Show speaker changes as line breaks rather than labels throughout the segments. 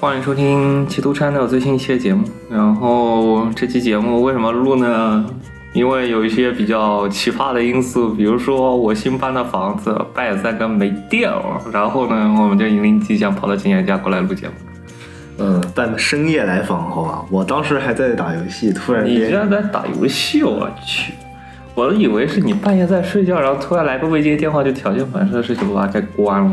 欢迎收听七度山的最新一期的节目。然后这期节目为什么录呢？因为有一些比较奇葩的因素，比如说我新搬的房子拜三哥没电了，然后呢，我们就灵机一想跑到景言家过来录节目。
嗯，半深夜来访，好吧，我当时还在打游戏，突然
你居
间
然在打游戏，我去！我都以为是你半夜在睡觉，然后突然来个未接电话，就条件反射的事情把它给关了。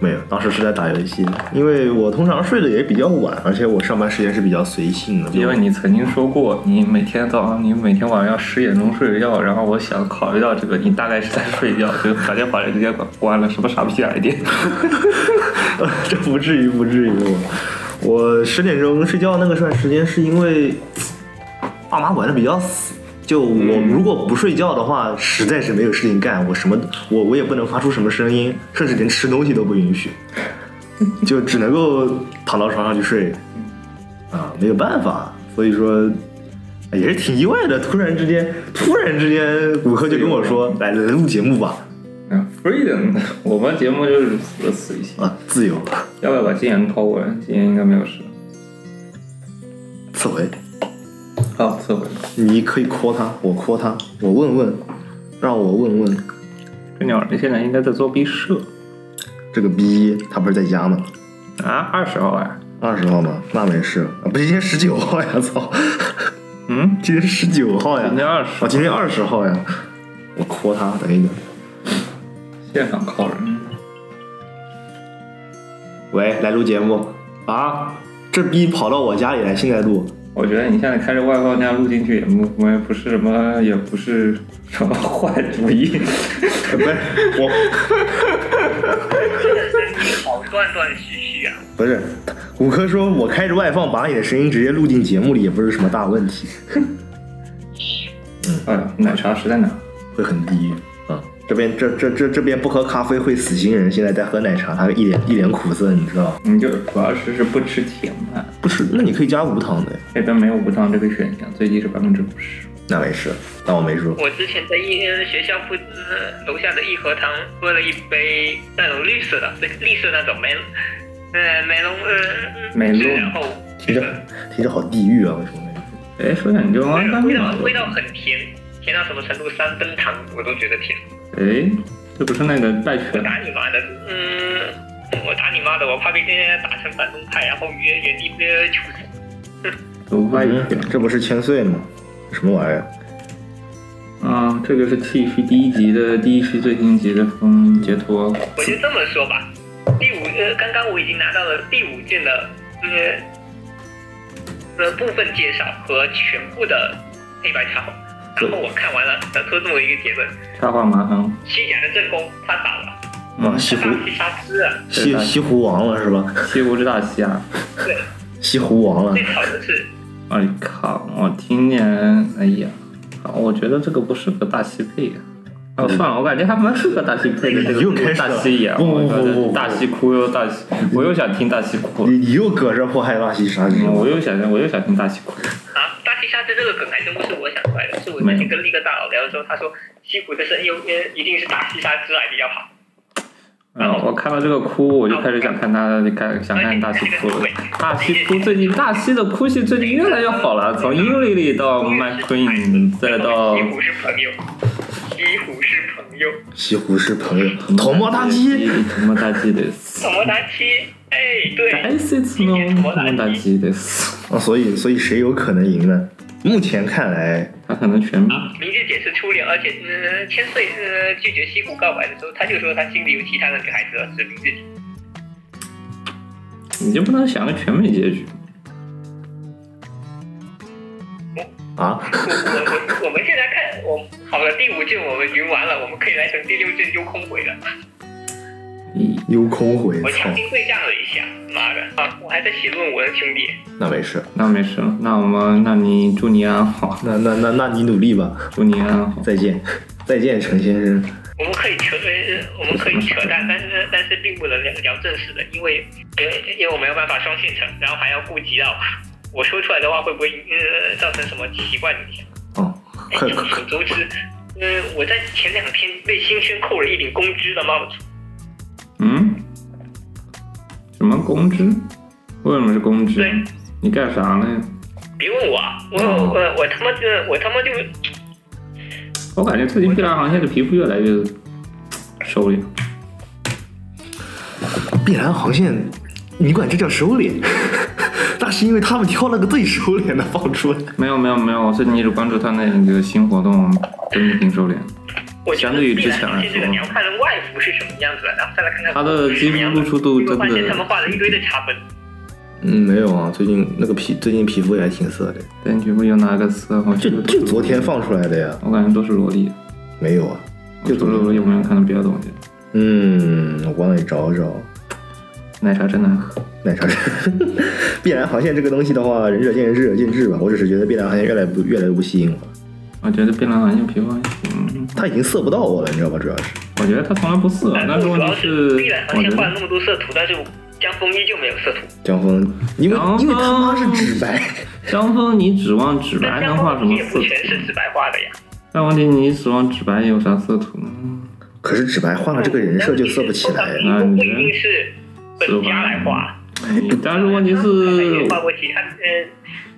没有，当时是在打游戏，因为我通常睡得也比较晚，而且我上班时间是比较随性的，
因为你曾经说过，你每天早上，你每天晚上十点钟睡觉，然后我想考虑到这个，你大概是在睡觉，就条件反射直接把关了，什么傻逼来啊电？
这不至于，不至于我。我十点钟睡觉那个段时间，是因为爸妈管的比较死。就我如果不睡觉的话，实在是没有事情干，我什么我我也不能发出什么声音，甚至连吃东西都不允许，就只能够躺到床上去睡。啊，没有办法，所以说哎也是挺意外的。突然之间，突然之间，骨科就跟我说：“来来录节目吧，
嗯，freedom，我们节目就是死的死一些，
啊，自由，
要不要把金岩抛过来？金岩应该没有事。
刺回。”
好，撤回。
你可以 call 他，我 call 他，我问问，让我问问
这鸟人现在应该在做毕设
这个逼他不是在家吗？
啊，二十号啊，
二十号吗？那没事，啊、不是今天十九号呀，操，
嗯，
今天十九号呀
今，天二十
啊，，今天二十号呀，我 call 他，等一等，
现场靠人。
喂，来录节目啊，这逼跑到我家里来，现在录，
我觉得你现在开着外挂那样录进去也不我也不是什么，也不是什么 坏主意。
不是我，
好断断续续啊！
不是，骨科说我开着外放，把你的声音直接录进节目里，也不是什么大问题，
哎呀，奶茶实在难。
会很低郁。啊，这边这这这这边不喝咖啡会死心人，现在在喝奶茶，他一脸一脸苦涩，你知道吗？
你嗯就主要是是不吃甜嘛，
不是，那你可以加无糖的，
这边没有无糖这个选项，最低是百分之五十。
那没事，当我没说。
我之前在一学校附呃楼下的益和堂喝了一杯那种绿色的，对，绿色那种梅，呃，梅龙呃，
梅龙
然后
听着听着好地狱啊，为什么呢？
哎，说点你这个王八蛋
味道味道很甜，甜到什么程度？三分糖我都觉得甜。
哎，这不是那个带
我
拳
打你妈的，嗯，我打你妈的，我怕被人家打成反动派，然后原原地被处死。
有外拳
嗯这不是千岁吗？什么玩意儿？
啊，这个是 T 区第一集的第一期最新集的封截图。
我就这么说吧，第五呃，刚刚我已经拿到了第五卷的呃呃部分介绍和全部的黑白插画，然后我看完了，得出这么一个结论：
插画麻烦。
西甲的正宫他打了，
啊，
嗯，
西湖
他去杀鸡了。
西西湖王了是吧？
西湖之大西啊！
对，
西湖王了
最，好的是
哎靠，我听见，哎呀，啊我觉得这个不适合大西配呀、啊。哦，算了，我感觉还蛮适合大西配的。这个
嗯又开始
大
了
西呀，
不不
我觉
不不
得
不
大西哭又大西，我又想听大西哭了
你，你又搁这祸害大西沙之
嗯我又想我又想听大西哭。
啊，大西沙之这个梗还真不是我想出来的，是我之前跟一个大佬聊的时候，他说西湖的声优呃一定是大西沙之来的要好，
嗯，我看到这个哭，我就开始想看他看想看大西哭了。大西哭最近大西的哭戏最近越来越好了，从英丽丽到 My Queen，再到
西湖是朋友，西湖是朋友。
西湖是朋友，头毛大鸡，，
头毛大鸡的。
什么达七？哎，
大
对，
切つの友達です。
啊，所以所以谁有可能赢呢？目前看来，
他可能全
明智姐是初恋，而且嗯，千岁呃拒绝西谷告白的时候，他就说他心里有其他的女孩子了，是明智姐。
你就不能想个全美结局？
啊，
我我我我们现在看，我好了，第五卷我们云完了，我们可以来成第六卷就空回了。
咦，
又空回，
我
操
强，行对战了一下，妈的啊！我还在写论文，兄弟。
那没事，
那没事了，那我们，那你祝你安好，
那那那那你努力吧，
祝你安好。
再见，再见，陈先生。
我们可以扯，呃，我们可以扯淡，但是但是并不能聊聊正事的，因为因为因为我没有办法双线程，然后还要顾及到我说出来的话会不会呃造成什么奇怪的影响。
哦，
哎
快
众
快
所周知，呃，我在前两天被新生扣了一顶公知的帽子，
嗯？什么公知？为什么是公职
对？
你干啥了呀？
别问我啊，我
哦
我我我他妈就我他妈就
我感觉最近 PR 行业的皮肤越来越收敛。
碧蓝航线，你管这叫收敛？ 那是因为他们挑了个最收敛的放出来。
没有没有没有，我最近一直关注他那个新活动，真的挺收敛。
我觉
相
得
对于
必
之
然
前来
这个
说
你要看外服是什么样子的，然后再来看看
它的肌肤露出度
你会
真
发现他
的哦
们画了一堆的差分。
嗯，没有啊，最近那个皮，最近皮肤也还挺色的。
但你全部有哪个词？我觉
就
得都是
就昨天放出来的呀？
我感觉都是萝莉。
没有啊？
就除了萝莉，我没有看到别的东西。
嗯，我得找找。
奶茶真难喝。
奶 茶，碧蓝航线这个东西的话，仁者见仁，智者见智吧。我只是觉得碧蓝航线越来不越来越不吸引我了，
我觉得槟榔好像皮肤还行，
它已经色不到我了，你知道吧？主要是，
我觉得它从来不色，但是
主
问
要
题哎是，
必然
我
航
觉
线画了
得
那么多色图，但是江枫依旧没有色图。
江峰，因为
江峰
因为他妈是直白，
江峰，你指望纸白
但
能
江
画什
枫
么
也
色
不
图？
全是直白画的呀。
但问题你指望纸白有啥色图 呢？
可是直白换了这个人设就色不起来。
那不一定是本家来画，
你但是问题是，
画过其他呃，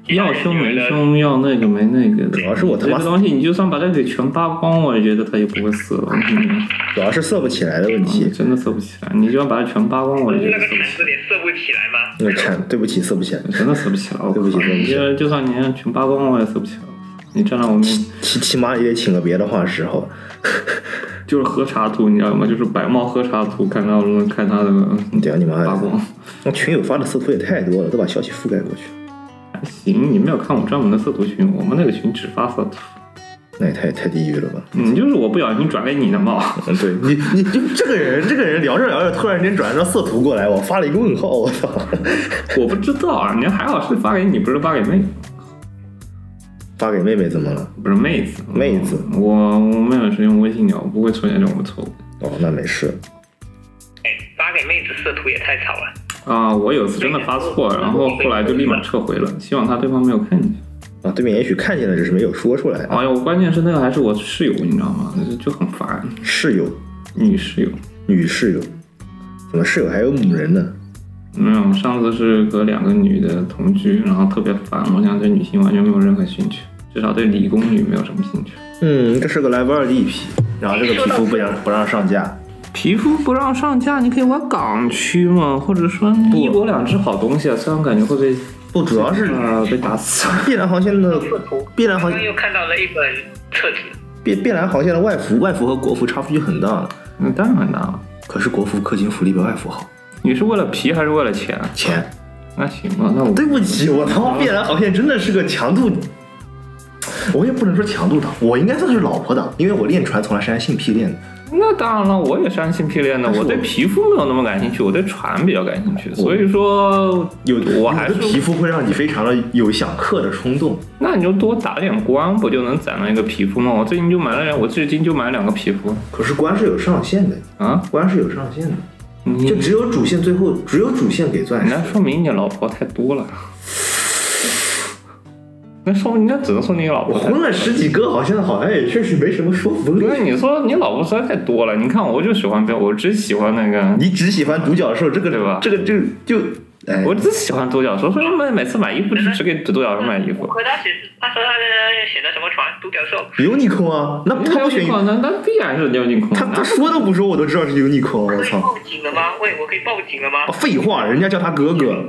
其他
要
人
胸
有
没
的
胸，要那个没那个的。
主要是我他
这
妈
个东西，你就算把它给全扒光，我也觉得它也不会色了。嗯
主要是色不起来的问题。
真的色不起来，你就算把它全扒光，我也觉
那
得
个
色不
铲
起
子脸色不起来吗？
那产，对不起，色不起来。
来，真的色不起来。我靠
对不起对不起
就就算你让全扒光，我也色不起来。你站在我面 前。
起起码也得请个别的画师，好吧？
就是喝茶图，你知道吗？就是白帽喝茶图，看他能 看他的
屌你妈
发
的！
光。
那群友发的色图也太多了，都把消息覆盖过去，哎
还行，你没有看我专门的色图群，我们那个群只发色图。
那也太太地狱了吧？
嗯，就是我不小心转给你的帽，
嗯，对你，你就这个人，这个人聊着聊着，突然间转到色图过来，我发了一个问号，我操！
我不知道啊。你还好是发给你，不是发给妹，
发给妹妹怎么了？
不是妹子，嗯
妹子
我我妹妹是用微信聊，不会出现这种错误
哦，那没事。
哎，发给妹子色图也太吵了。
啊、我有次真的发错，然后后来就立马撤回了，希望他对方没有看见。
啊，对面也许看见了，只是没有说出来。啊
哎呦，关键是那个还是我室友，你知道吗？就就很烦，
室友，
女室友。
女室友，怎么室友还有母人呢？
没有，上次是和两个女的同居，然后特别烦，我想对女性完全没有任何兴趣，至少对理工女没有什么兴趣。
嗯，这是个 Live 二 D 皮，然后这个皮肤不让不让上架，
皮肤不让上架，你可以玩港区嘛，或者说一国两制好东西啊，虽然感觉会被
不，主要是
呃被打 死。
碧蓝航线的
色图，
碧蓝
刚
航
刚又看到了一本册子，
碧碧蓝航线的外服外服和国服差距很大的，
那当然很难了。
可是国服氪金福利比外服好。
你是为了皮还是为了钱？
钱，
那行吧，那我
对不起，我他妈碧蓝航线真的是个强度，我也不能说强度党，我应该算是老婆党，因为我练船从来是按性癖练的。
那当然了，我也是按性皮练的，
是
我对
我
皮肤没有那么感兴趣，我对船比较感兴趣，所以说
有
我还
有
是
的皮肤会让你非常的有想氪的冲动。
那你就多打点光，不就能攒到一个皮肤吗？我最近就买了两，我最近就买了两个皮肤
可是关是有上限的，
啊！
关是有上限的，
你
就只有主线最后只有主线给钻石
那。说明你老婆太多了， 那说明那只能说你老
我
婆太
混了十几个，好像好像也确实没什么说服力
不。是你说你老婆实在太多了，你看我就喜欢标，我只喜欢那个，
你只喜欢独角兽这个
对吧
这个就就哎，
我只喜欢独角兽，所以每每次买衣服就只给独角兽买衣服。
可他写他说他的选的什么船独角兽，
Unicorn 啊，那
他
他
要
不选
进矿，那那必然是要进矿。
他他说都不说，我都知道是 Unicorn。我
可以
操！
报警了吗？喂，我可以报警了吗
啊？废话，人家叫他哥哥，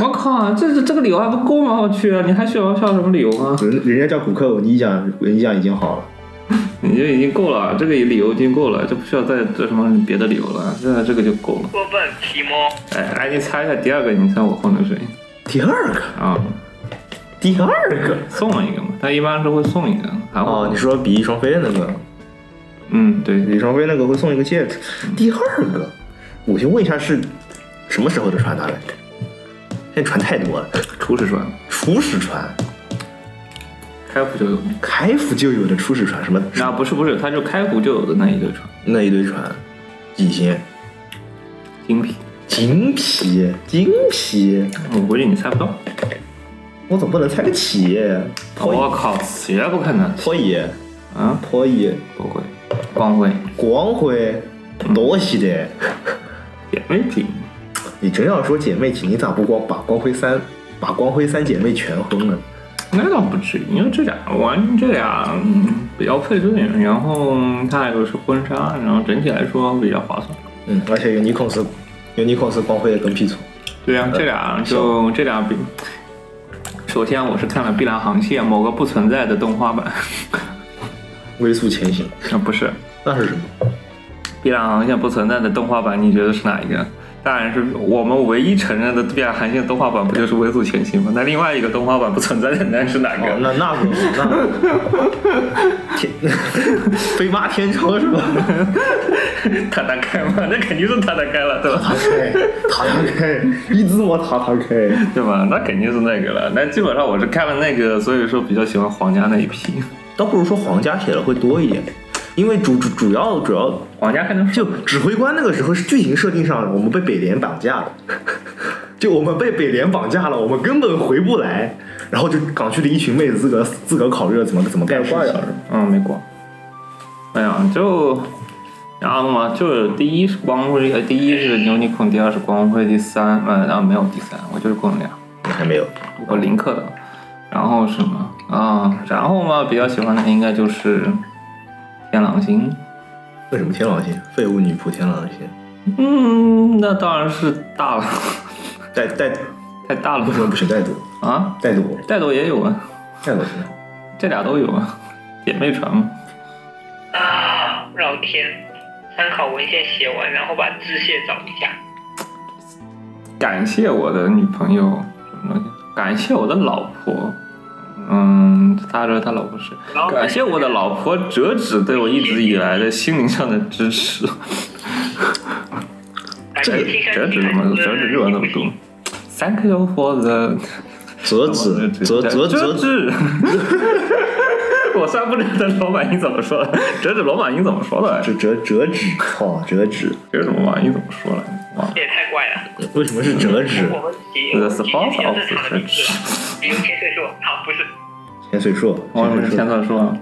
我靠，这这这个理由还不够吗？我去，你还需要需要什么理由啊？
人人家叫骨科，我印象我印象已经好了。
你就已经够了，这个理由已经够了，就不需要再这什么别的理由了，现在这个就够了。
过分提摸，
哎，哎，你猜一下第二个，你猜我混的谁
第二个，
啊？
第二个
送了一个嘛，他一般是会送一个，还会
哦，你说比翼双飞那个，
嗯，对，
李双飞那个会送一个戒指。第二个，我先问一下是什么时候的传达来着？现在船太多了，
初始船，
初始船、
开服就有，
开服就有的初始船，什么
那不是不是，他就开服就有的那一堆船，
那一堆船，几星、
精品，
金皮、金皮，
我估计你猜不到。
我总不能猜个企业，破
我靠，此也不可能
破野、
啊！
破野、
不会，光辉
光辉、多西的，
哎也没品，
你真要说姐妹情，你咋不光把光辉三把光辉三姐妹全轰了？
那倒不至于，因为这俩玩这俩、嗯比较配对，然后它又是婚纱，然后整体来说比较划算。
嗯，而且 Unicos Unicos 光辉也跟屁虫，
对呀、这俩就这俩比。首先，我是看了《碧蓝航线》某个不存在的动画版，
微速前行，
啊不是《
那是什么？
碧蓝航线》不存在的动画版，你觉得是哪一个？当然是我们唯一承认的《碧蓝航线》动画版，不就是《微速前行》吗？那另外一个动画版不存在的那是哪个？
哦，那那不那 不天 飞马天车是吧？
塔塔开吗？那肯定是塔塔开了，对吧？
开塔塔开，一字我塔塔开。
对吧？那肯定是那个了。那基本上我是看了那个，所以说比较喜欢皇家那一批。
倒不如说皇家写的会多一点，因为主主主要主要
皇家看的
就指挥官那个时候是剧情设定上，我们被北联绑架了， 就我们被北联绑架了，我们根本回不来，然后就港区的一群妹子自个儿自个儿考虑了怎么怎么干事情。
嗯，没过。哎呀，就然后嘛，就是第一是光辉，呃第一是牛尼孔，第二是光辉，第三呃，然后没有第三，我就是光良，
还没有，
我林克的。然后什么啊、然后嘛，比较喜欢的应该就是天狼星。
为什么天狼星废物女仆天狼星？
嗯，那当然是大了，
带带
太大了
为什么不行？带毒
啊！
带毒
带斗也有啊，
带毒行。
这俩都有啊，姐妹船嘛。
啊，老天！参考文献写完，然后把致谢找一下。
感谢我的女朋友，什么东西？感谢我的老婆。嗯，他说他老婆是
然后
感谢我的老婆折纸对我一直以来的心灵上的支持。
这
折纸怎么折纸日文怎么读？Thank you for the
折纸折
折
折折
纸。 我虽然不知道罗马音怎么说，折纸罗马音怎么说的？
折折折纸，操折纸！
折纸罗马音怎么说来着？忘了。
这也太怪了。
为什么是折 纸？
我们起
这
我
个
们
是
起
方
比较
法
正常的名字了，比如潜水说，好，不是。
潜水硕，
王老
潜
师
水
千
硕，
草说，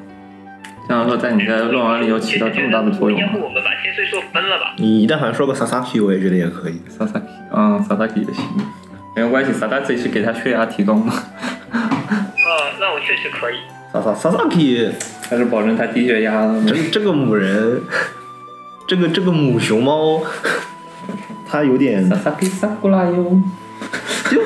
千草说在你的论文里有起到这么大的作用
要
吗
不？我们把千岁说分了吧？
你但凡说个萨萨 Q，我也觉得也可以。
萨萨基，嗯，萨萨基也行，没有关系，萨萨基是给他血压提供的，
呃，那我确实可以。
萨萨萨萨 Q，
他是保证他低血压的。
这这个母人，这个这个母熊猫， 它有点
萨萨基萨库拉哟，
就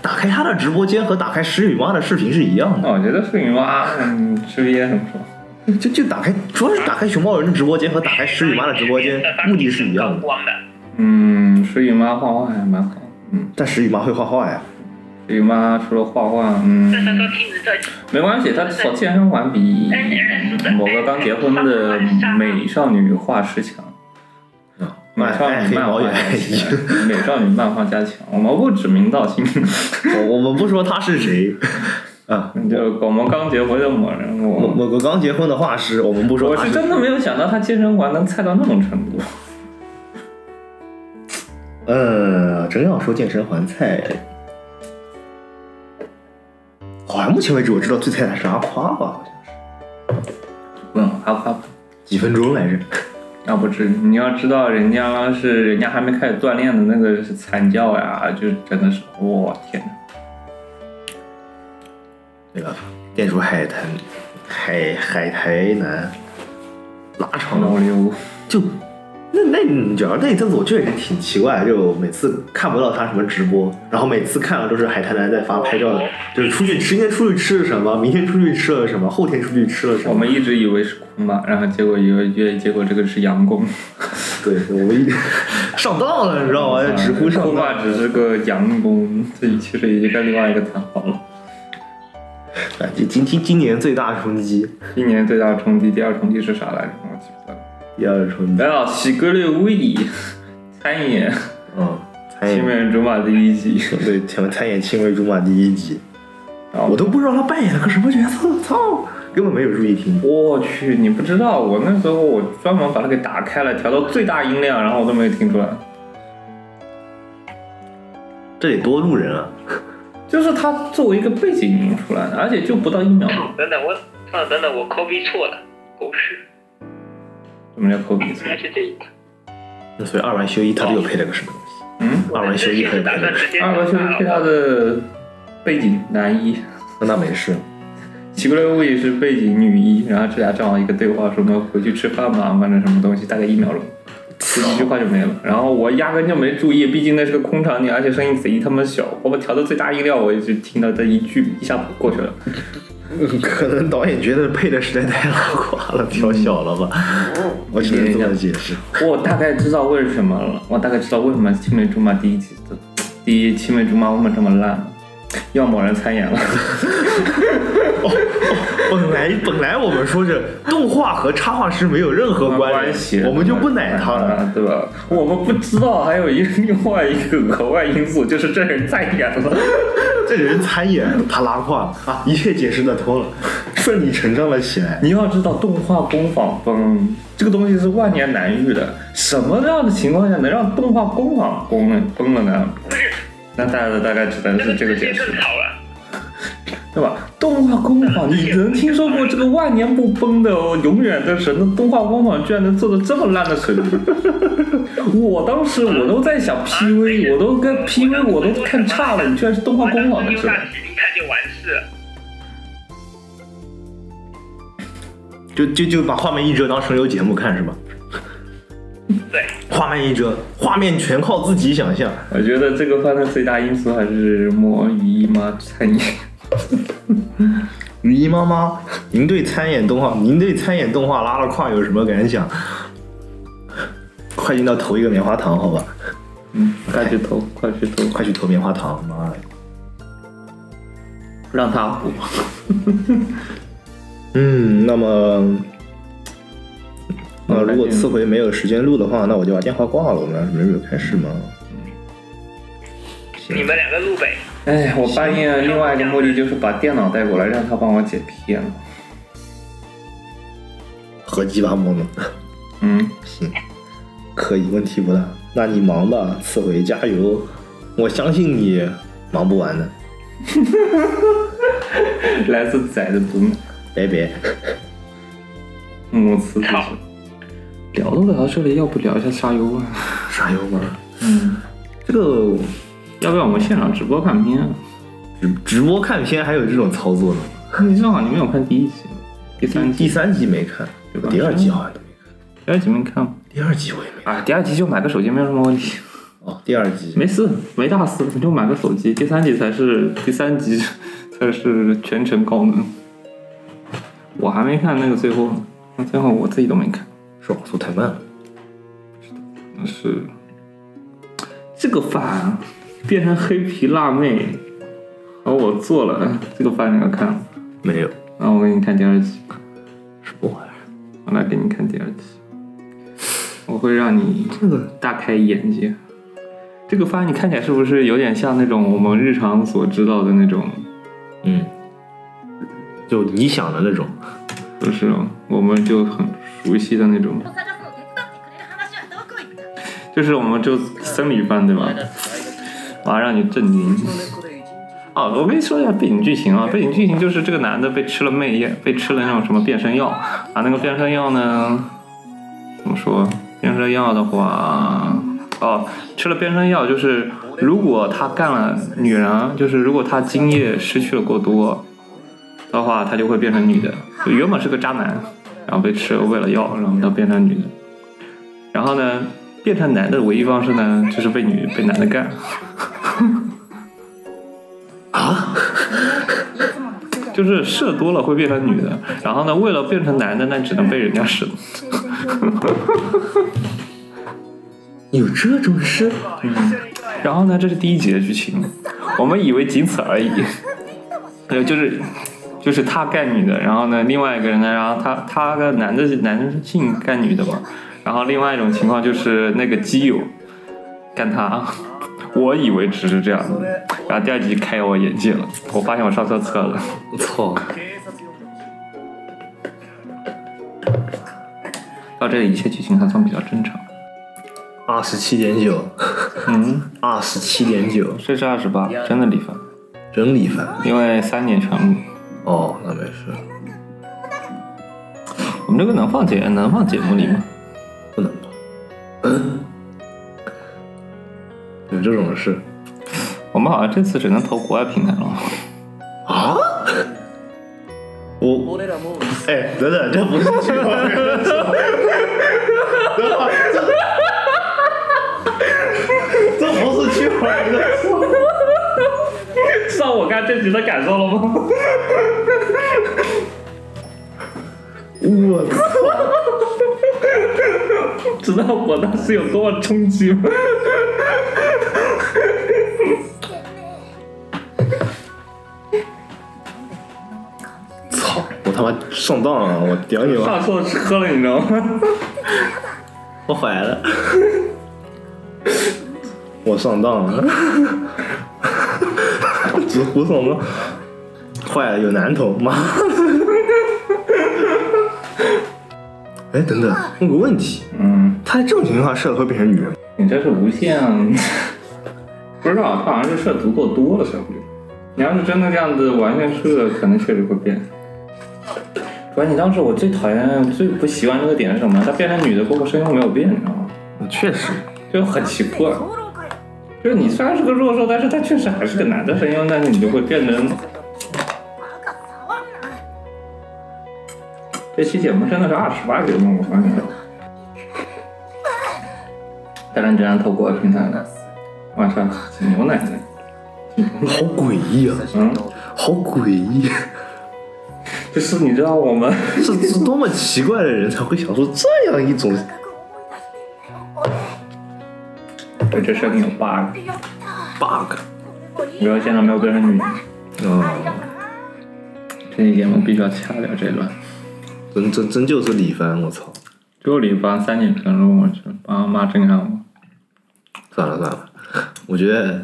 打开它的直播间和打开石雨妈的视频是一样的，
那我觉得是你妈，嗯，吃瘪怎么说？
就就打开主要是打开熊猫人的直播间和打开石雨妈的直播间目的是一样的，
光的。
嗯，石雨妈画画还蛮好，嗯，
但石雨妈会画画呀，
石雨妈除了画画，
但他说
嗯，
听着在
没关系，她少健身环比某个刚结婚的美少女画师强。美
卖
少
卖
女
黑
漫
猫
画
也
加
爱一样。
强，美少女漫画加强，我们不指名道姓。
我我们不说他是谁，啊，
嗯就我们刚结婚的某人，
某
我
某个刚结婚的画师，我们不说
我
他
是真的没有想到他健身环能菜到那种程度。
呃，真要说健身环菜，好像目前为止我知道最菜的是阿夸吧，好像是
嗯，阿夸
几分钟来着？
那不至于。你要知道，人家是人家还没开始锻炼的那个是惨叫呀，就真的是，我、天哪！
那个店主海滩海海台南拉长了，
老刘，
就那那你知道那一阵子我就也挺奇怪，就每次看不到他什么直播，然后每次看了都是海台南在发拍照的，就是出去今天出去吃了什么，明天出去吃了什么，后天出去吃了什
我
么。
们一直以为是坤吧，然后结果以为结结果这个是杨工，
对，我们一嗯上当了，你知道吗？直呼上
坤
当。
啊吧只是个杨工，这其实已经跟另外一个谈好了。
哎，今今今今年最大冲击，
今年最大冲击，第二冲击是啥来着？我记不得了。
第二冲击，
来了，哎喜格略威矣，参演《
嗯，参
青
演
梅竹马》第一集。
对，前面参演《青梅竹马》第一集，
然后
我都不知道他扮演了个什么角色，操，根本没有注意听。
我去，你不知道，我那时候我专门把它给打开了，调到最大音量，然后我都没有听出来。
这得多路人啊！
就是它作为一个背景音出来的，而且就不到一秒。
等等我，啊等等我 copy 错了，狗屎，
什么叫抠鼻子
应？该是这一个。
哦那所以二万修一他这又配了个什么东西？
嗯，
我们之前是打算直接
二
把
个确实对他的背景男一，
那那没事。
奇格雷乌也是背景女一，然后这俩正好一个对话，什么回去吃饭吧，反正什么东西，大概一秒钟。就几句话就没了，然后我压根就没注意，毕竟那是个空场景，而且声音贼他妈小，我把调到最大音量，我也就听到这一句一下过去了。
可能导演觉得配的实在太拉垮了，调小了吧？嗯我只能这么解释。
我大概知道为什么了，我大概知道为什么《青梅竹马》第一集的第一《青梅竹马》为什么这么烂，要某人参演 了。
本来本来我们说是动画和插画师没有任何关
关
联
系，
我们就不奶他了。
啊，对吧？我们不知道还有一个另外一个额外因素，就是这人再演了。
这人参演他拉胯了啊，一切解释得通了，顺理成章了起来。
你要知道，动画工坊崩这个东西是万年难遇的，什么样的情况下能让动画工坊崩了崩了呢？
不是
那大家的大概只能是这个解释，
更吵了。
对吧？动画工坊，你能听说过这个万年不崩的、永远的神的动画工坊，居然能做到这么烂的水平？我当时我都在想哎 PV，我都跟 PV 我都看差了，你居然是动画工坊的
优
是吧？
大起一看就完事了。
就就就把画面一遮当声优节目看是吧？
对，
画面一遮，画面全靠自己想象。
我觉得这个犯的最大因素还是摸鱼姨妈餐 饮。
雨衣妈妈，您对参演动画，您对参演动画拉了胯有什么感想？快进到投一个棉花糖，好吧？
嗯，快去投，快去投，
快去投棉花糖，妈的！
让他补。
嗯，那么，呃，如果次回没有时间录的话，那我就把电话挂了。我们没有开始吗？
你们两个路北，
哎，我半夜另外一个目的就是把电脑带过来，让他帮我剪片了。
合鸡巴摸呢？
嗯，
可以，问题不大。那你忙吧，次回加油，我相信你忙不完的。
来自仔的毒奶，
拜拜。
母慈子
好
孝。聊都聊到这里，要不聊一下沙优啊？
啥油门？
嗯，
这个
要不要我们现场直播看 片啊？
直直播看片还有这种操作呢？
你正好你没有看第一集吗，第三
第
集，
三集没看，
对吧
第二集好像都没看。
第二集没看吗？
第二集我也没看。
啊，第二集就买个手机没有什么问题，
哦，第二集
没事，没大事，你就买个手机。第三集才是第三集 才是全程高能。我还没看那个最后呢，那最后我自己都没看。
是网速太慢了。
是这个饭啊变成黑皮辣妹，然后我做了这个饭，你要看吗，
没有，
然后我给你看第二集，
什么玩意儿？
我来给你看第二集，我会让你
这个
大开眼界。这个番你看起来是不是有点像那种我们日常所知道的那种，
嗯，就你想的那种。
就是我们就很熟悉的那种，
を探そう手伝ってくれる話はどこ行った
就是我们就生理番对吧？我要让你震惊。啊，我跟你说一下背景剧情啊，背景剧情就是这个男的被吃了媚眼，被吃了那种什么变身药啊，那个变身药呢，怎么说？变身药的话，哦，吃了变身药就是，如果他干了女人，就是如果他精液失去了过多的话，他就会变成女的。就原本是个渣男，然后被吃了喂了药，然后他变成女的。然后呢，变成男的唯一方式呢， 就是被女被男的干。 就是射多了会变成女的，然后呢，为了变成男的，那只能被人家射。
有这种事？
然后呢，这是第一集的剧情，我们以为仅此而已。对，就是就是他干女的，然后呢，另外一个人呢，然后他他的男的男性干女的嘛，然后另外一种情况就是那个基友干他， 我以为只是这样的，然后第二集开我眼界了，我发现我上错车了。
我操！
到哦这里一切剧情还算比较正常。
二十七点 九，
嗯，
二十七点九，
这是二十八，真的理发，
真理番。
因为三年全部。
哦，那没事，
我们这个能放节能放节目里吗？
嗯不能吧？对，这种事
我们好像这次只能投国外平台了。
啊？我
俺らも
哎，等等，这不是剧透，等会儿这这不是剧透，这
知道我看这集的感受了吗？
我操！
知道我当时有多么冲击吗？
操！我他妈上当了，我屌你妈！
上错车了，你知道吗？
我怀了， 我上当了， 直胡什么？坏了，有男头，妈！哎，等等，问个问题，
嗯，
他在这种情况下射了会变成女人吗？
你这是无限， 不知道他好像是射足够多了才会。你要是真的这样子完全射，可能确实会变。主要你当时我最讨厌、最不习惯这个点是什么？她变成女的过后声优没有变，你知道吗？
确实，
就很奇怪。
討論会
就是你虽然是个弱兽，但是他确实还是个男的声优，但是你就会变成
バカ触んな
这期节目真的是二十八节目，我发现。当然，只能透过平台了。晚上挤牛奶呢？
好诡异啊，
嗯，
好诡异，
就是你知道我们
这是多么奇怪的人才会想出这样一种
深く思
对
い出してんだよ
这声音有 bug，
俺やった
bug
これもい
不
い
要
な
现在没有变成女。
ありが
啊
と！な
这期节目必须要掐掉这一段。
真真真就是李帆，我操！
只有李芳三点评论，我去帮骂震撼我。
算了算了，我觉得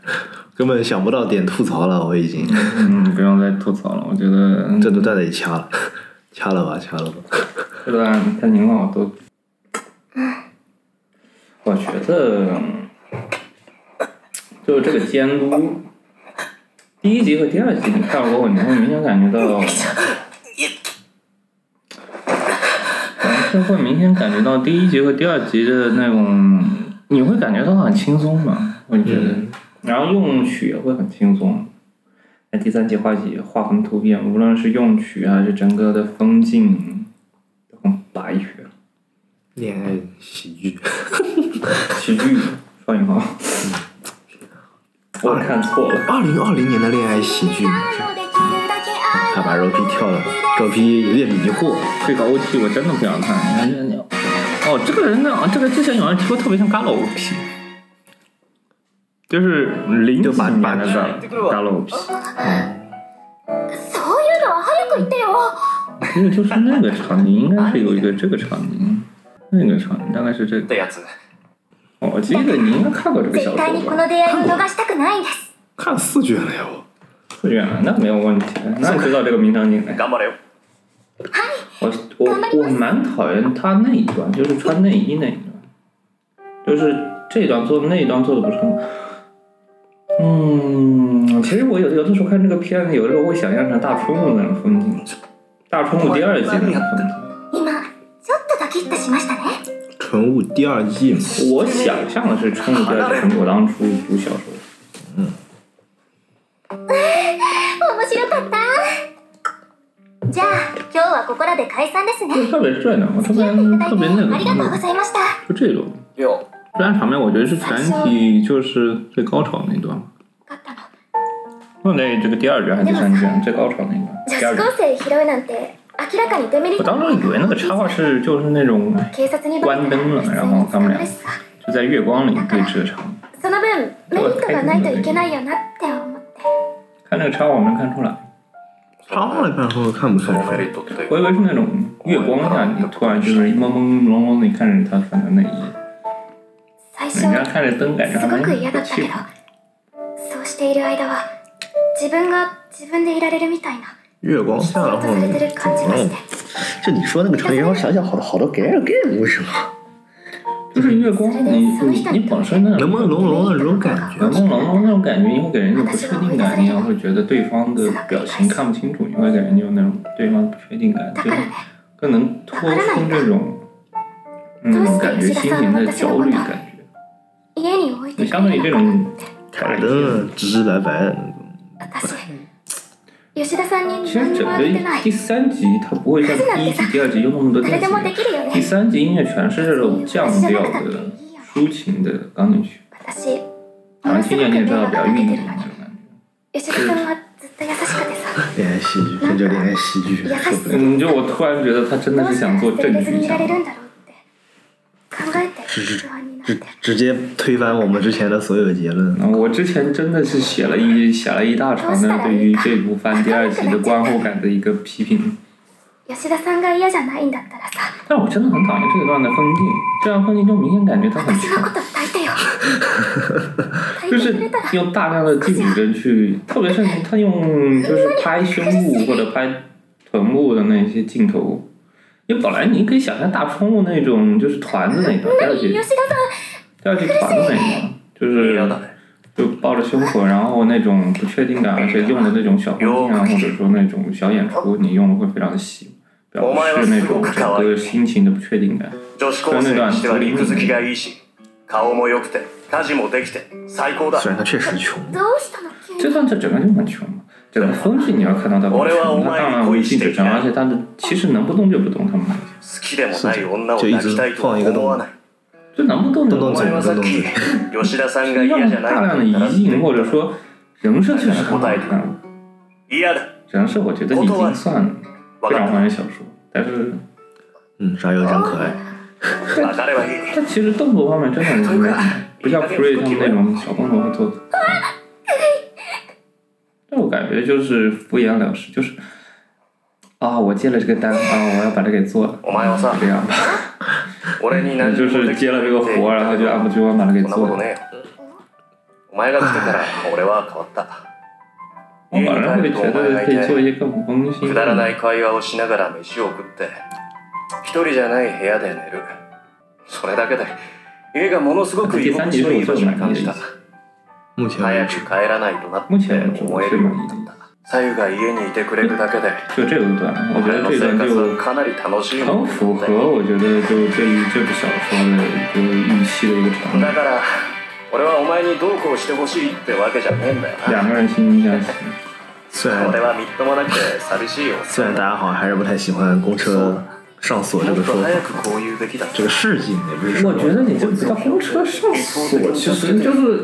根本想不到点吐槽了，我已经
嗯，不用再吐槽了，我觉得
这都在这里掐了， 掐了吧，掐了吧。
这段他宁我都， 我觉得就是这个监督，第一集和第二集你看过后，你会明显感觉到，然后会明显感觉到第一集和第二集的那种，你会感觉到很轻松嘛？我觉得，然后用曲也会很轻松。那第三集画集画风突变，无论是用曲啊还是整个的风景，都很哦白雪，
恋爱喜剧，
喜剧双引号。我看错了，
二零二零年的恋爱喜剧，他把肉皮跳了，肉皮有点迷惑。
这个 OT 我真的不想看。哦，这个人呢，这个之前有人提过，特别像 Galo OP，就是零几
就把
年
把
的 Galo Galo OP，
そういうのは早く言ってよ
一个就是那个场景，应该是有一个这个场景，那个场景大概是这
って
个。
やつ
哦我记得你应该看过这个小
絶対に
说
こ
吧
の？出会いを逃したくないです
看了四卷了呀，我
不远了，那没有问题。那你知道这个名场景了？
頑張れよ
我我我蛮讨厌他那一段，就是穿内衣那一段，就是这一段做那一段做的不是很好。嗯，其实我有有的时候看这个片子，有的时候会想象成大春物那种风景，大春物第二季那种风景。
今ちょっとドキッとしましたね
纯物第二季嘛，
我想象的是春物第二季，可能我当初读小说。
面白かったじゃあ今日はここらで解散です
就
ね
特别热闹，特
付き
别
合っていただい
特
て
别那
ありがと
个
うご，ざいました
就这种。
よ
这段场面我觉得是全体就是最高潮那段。
分かったの
那那这个第二卷还是第三卷最高潮那段？第
女
二卷。
子高生拾うなんて明らかにデメリッ
我
ト
当时以为那个插画是就是那种
警察に
关灯了然后他们俩就在月光里对峙的场景，
その分メリットがないといけないよなって思って
看那个插画我没看出来，
插画来半后看不出
そのメリ
来。
ットって
我以为是那种月光下你突然就是朦朦胧胧地看着他穿的内衣，
最初
人家看着灯感觉
す
好
ご
像
く嫌だったけ
气
どそうしている間は自分が自分でいられるみたいな
月光下
そ
的
うと
话
されてる感じがして
就你说那个场景让我想想好多好多 gay gay 为什么？
就是月光，你你你本身那
朦
种
朦胧胧的那种感
朦
觉，
朦胧胧那种感觉，你会给人一种不确定感，你也会觉得对方的表情看不清楚，你会给人一种那种对方的不确定感，
だ
就
からね
更能脱出这种嗯感觉心情的焦虑感觉。
家に置いて
你
く
刚才
れ
你
る
这
のか
种
凯文直直白白的那种。
私吉田さんに
其实
何
整
もあげてな
个
い
第三集它不会像第一集、第二集有那么多
誰
惊
でもで
喜，
きるよ
第
ね
三集音乐全是这种降调的、抒情的钢琴曲，
私
好像
ものす
听
ご
见你
く迷
也知道比较
惑かけ
运
て
动
るの
那
に
种感觉。
吉田さんはずっと優しくてさ
恋爱戏剧，这就恋爱戏剧，
優
受不了。
嗯，就我突然觉得他真的
どう
是
したら
想做
捨
正
別
剧
にいら
项目
れる。んだろうって考えて不安になって
直直接推翻我们之前的所有结论。
嗯我之前真的是写了一写了一大串的对于这部番第二集的观后感的一个批评，
吉田さんが嫌じゃないんだったらさ
但我真的很讨厌这一段的分镜，这段分镜就明显感觉他很
私の
强
こ。と抱いてよ 抱い
就
て
是
くれたら
用大量的第五帧去，特别是他用就是拍胸部或者拍臀部的那些镜头，因为本来你可以想象大窗户那种就是团子那一段，第二
吉
集
田さ
第二集团子那一段，就是就抱着胸口，然后那种不确定感，而且用的那种小环境啊，或者说那种小演出，你用的会非常的细，表示那种整个心情的不确定感。
女子高生にしては肉付きがいいし顔も良くて家事もできて最高だ
虽然他确实穷，
んどうしたの急
这
に
段这整个就很穷嘛，整个风景你要看到它很穷，它啊荡然无尽止张，而且它的其实能不动就不动，他们
好きでもない女を抱きたいとは思わない
就能不动就
动动
不
お
嘴
前
动，
はさっき吉田さんが
要
嫌
么
じゃない
大量的
って言ったら
移镜或者说人设确实很好看，
嫌だ
人设我觉得已经算非
分
常
か
还
っ
原小说，但是
嗯，沙优真可
哦
爱，
た分かればいい
它其实动作方面真的很没什么不像 Free 他们那种小动作会 做的。但我感觉就是敷衍了事，就是啊，我接了这个单啊，我要把这给做了，
お前はさ
这样吧。
俺に何
就
も
是
でき
接了
ない
这个活，然后就按部就班把它给
そんな
做
こ
了。
とねえよお前が来てから俺は変わった
我本来会觉得可以做一些更更新
くだらない会話をしながら飯を食って一人じゃない部屋で寝るそれだけで家がものすごく居心地のいい場所に感じた
目前
早
为
く
止
帰らないとなって
目前为止
思えるようになった左右が家にいてくれるだけで
就这一段，我觉得
俺の
这
生
段
活は
就
かなり楽しいも
很
のだ
符合，我觉得就这一这部小说的就是预期的一个程度
だ。から俺はお前にどうこうしてほしいってわけじゃねえんだよな
两个人惺惺相惜，
虽然
俺はみっともなくて寂しいよ
虽然大家好像还是不太喜欢公车上锁这
も
个
っと
说哎法
早，くこう言うべきだった
这个事情也不是
我
说
觉得你这不叫公车上锁，其实就是